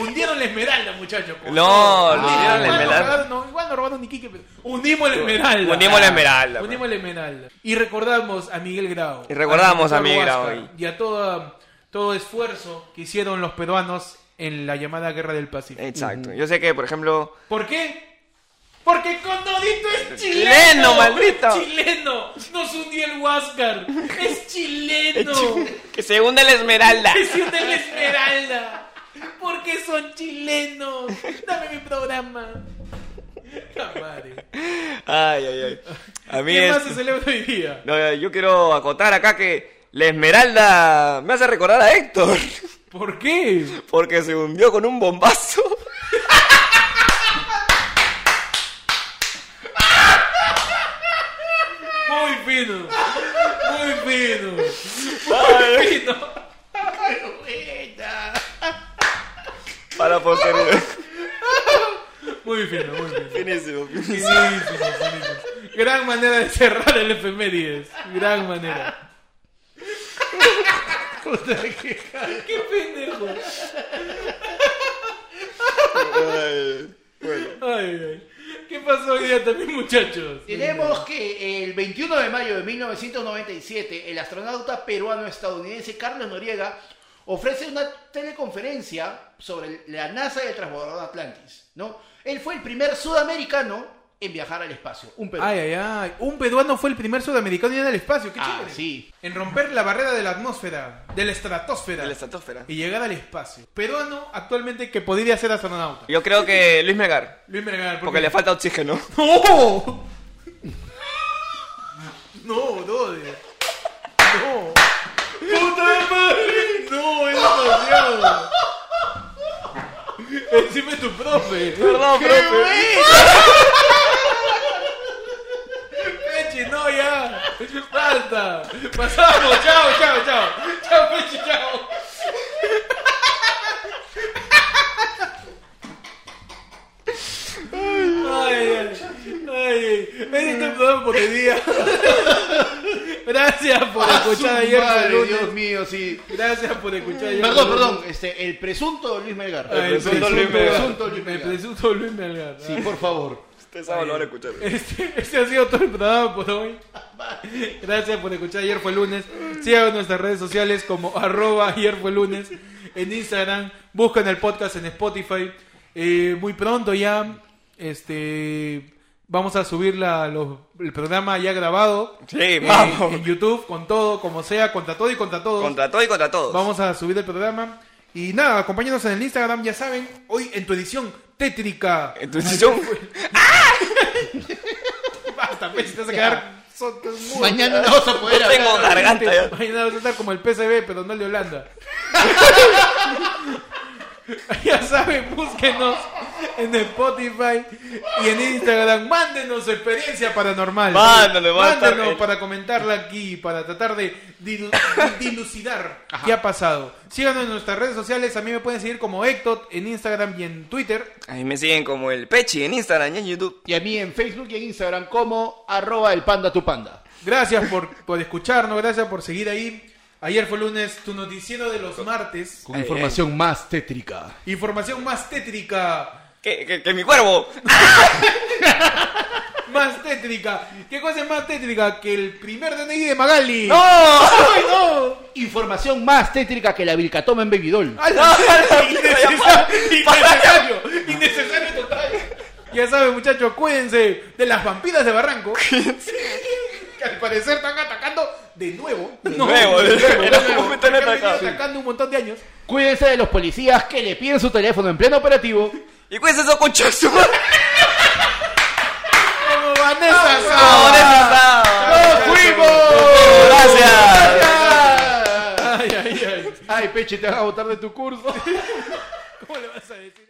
Speaker 1: Hundieron la esmeralda, muchachos. por
Speaker 2: No,
Speaker 1: favor.
Speaker 2: hundieron
Speaker 1: igual
Speaker 2: la esmeralda.
Speaker 1: no robaron- no, igual no robaron ni Quique, pero hundimos la esmeralda.
Speaker 2: Hundimos la esmeralda, pues.
Speaker 1: Hundimos la esmeralda. Y recordamos a Miguel Grau.
Speaker 2: Y recordamos
Speaker 1: al
Speaker 2: a Miguel Grau
Speaker 1: Huáscar
Speaker 2: ahí.
Speaker 1: Y a todo, todo esfuerzo que hicieron los peruanos en la llamada Guerra del Pacífico.
Speaker 2: Exacto. Yo sé que, por ejemplo,
Speaker 1: ¿Por qué? Porque Condorito es chileno.
Speaker 2: Chileno, maldito.
Speaker 1: Chileno. Nos hundió el Huáscar. Es chileno.
Speaker 2: (laughs) que se hunde la esmeralda.
Speaker 1: Presión de la Esmeralda. Porque son chilenos. Dame mi programa. La madre.
Speaker 2: Ay, ay, ay. A mí
Speaker 1: ¿Qué
Speaker 2: es...
Speaker 1: más se celebra hoy día?
Speaker 2: No, yo quiero acotar acá que la esmeralda me hace recordar a Héctor. (laughs)
Speaker 1: ¿Por qué?
Speaker 2: Porque se hundió con un bombazo.
Speaker 1: Muy fino. Muy fino. Muy fino.
Speaker 2: Para posteridad.
Speaker 1: Muy fino, muy fino. Finísimo,
Speaker 2: Buenísimo.
Speaker 1: finísimo. Gran manera de cerrar el efemérides. Gran manera. ¡Qué pendejo! Ay, ay. ¿Qué pasó hoy día también, muchachos?
Speaker 3: Tenemos que el 21 de mayo de 1997, el astronauta peruano-estadounidense Carlos Noriega ofrece una teleconferencia sobre la NASA y el transbordador Atlantis, ¿no? Él fue el primer sudamericano en viajar al espacio, un peruano.
Speaker 1: Ay, ay, ay. Un peruano fue el primer sudamericano en ir al espacio. Qué
Speaker 3: Ah,
Speaker 1: chévere.
Speaker 3: sí.
Speaker 1: En romper la barrera de la atmósfera, de la estratosfera,
Speaker 2: De la estratosfera.
Speaker 1: y llegar al espacio. Peruano actualmente que podría ser astronauta.
Speaker 2: Yo creo que Luis Megar.
Speaker 1: Luis Mergar,
Speaker 2: Porque le falta oxígeno.
Speaker 1: ¡No! (laughs) No, brother. No. ¡Puta de madre! No, es demasiado. Encima es tu profe.
Speaker 2: Perdón, profe.
Speaker 1: Peche, no, ya. Falta. Pasamos. Chao, chao, chao. Chao, Peche, chao. Ay, ay, ay. Ese es tu programa por el día. Gracias por
Speaker 3: Ah, su
Speaker 1: escuchar ayer. fue
Speaker 3: madre,
Speaker 1: lunes.
Speaker 3: Dios mío, sí.
Speaker 1: Gracias por escuchar ayer.
Speaker 3: Perdón,
Speaker 1: fue
Speaker 3: perdón, este, el presunto Luis Melgar.
Speaker 1: lunes. Ay, El
Speaker 2: Ah, presunto Luis Melgar.
Speaker 3: presunto Luis
Speaker 1: El
Speaker 3: Melgar.
Speaker 1: presunto Luis Melgar.
Speaker 3: Sí, por favor.
Speaker 2: Usted sabe lo van a escuchar.
Speaker 1: Este, este ha sido todo el programa por hoy. Gracias por escuchar. Ayer fue lunes. Síganos en nuestras redes sociales como arroba ayer fue lunes. En Instagram. Buscan el podcast en Spotify. Eh, muy pronto ya. Este. Vamos a subir la- los- el programa ya grabado.
Speaker 2: Sí,
Speaker 1: eh,
Speaker 2: vamos.
Speaker 1: en YouTube, con todo, como sea, contra todo y contra todos.
Speaker 2: Contra todo y contra todos.
Speaker 1: Vamos a subir el programa. Y nada, acompáñanos en el Instagram, ya saben. Hoy en tu edición tétrica.
Speaker 2: Entonces yo...
Speaker 1: Basta, pues, te vas a quedar. so- mudo.
Speaker 3: Mañana no vas a poder
Speaker 2: No
Speaker 3: hablar.
Speaker 2: tengo (laughs) garganta ya.
Speaker 1: Mañana vas a estar como el PCB, pero no el de Holanda. (laughs) ya saben, búsquenos en Spotify y en Instagram. Mándenos su experiencia paranormal.
Speaker 2: Mándale, va a estar
Speaker 1: Mándenos
Speaker 2: el-
Speaker 1: para comentarla aquí, para tratar de
Speaker 2: (laughs)
Speaker 1: dilu- dilucidar qué ha pasado. Síganos en nuestras redes sociales. A mí me pueden seguir como Ectot en Instagram y en Twitter.
Speaker 2: Ahí me siguen como el Pechi en Instagram y en YouTube.
Speaker 3: Y a mí en Facebook y en Instagram como arroba el panda tu panda.
Speaker 1: Gracias por, por escucharnos, gracias por seguir ahí. Ayer fue lunes, tu noticiero de los martes.
Speaker 3: Con información más tétrica.
Speaker 1: Información más tétrica.
Speaker 2: Que, que, que mi cuervo.
Speaker 1: Más tétrica. ¿Qué cosa es más tétrica que el primer DNI de Magali?
Speaker 2: ¡No!
Speaker 1: ¡Ay, no!
Speaker 3: Información más tétrica que la Vilcatoma en Bebidol.
Speaker 1: ¡A Ah, la mierda! Innecesario, innecesario, innecesario total. Ya saben, muchachos, cuídense de las vampiras de
Speaker 2: (laughs)
Speaker 1: Barranco. Que al parecer están atacando de nuevo. De
Speaker 2: nuevo, de nuevo. En algún momento han atacado.
Speaker 1: atacando un montón de años.
Speaker 3: Cuídense de los policías que le piden su teléfono en pleno operativo.
Speaker 2: Y cuídense eso con (laughs) Chasu.
Speaker 1: Como Vanessa
Speaker 2: Ah,
Speaker 1: Sá.
Speaker 2: ¡No,
Speaker 3: fuimos!
Speaker 2: ¡Gracias!
Speaker 3: ¡Ay,
Speaker 1: Ay, ay, ay.
Speaker 3: Peche, te vas a botar de tu curso!
Speaker 1: ¿Cómo le vas a decir?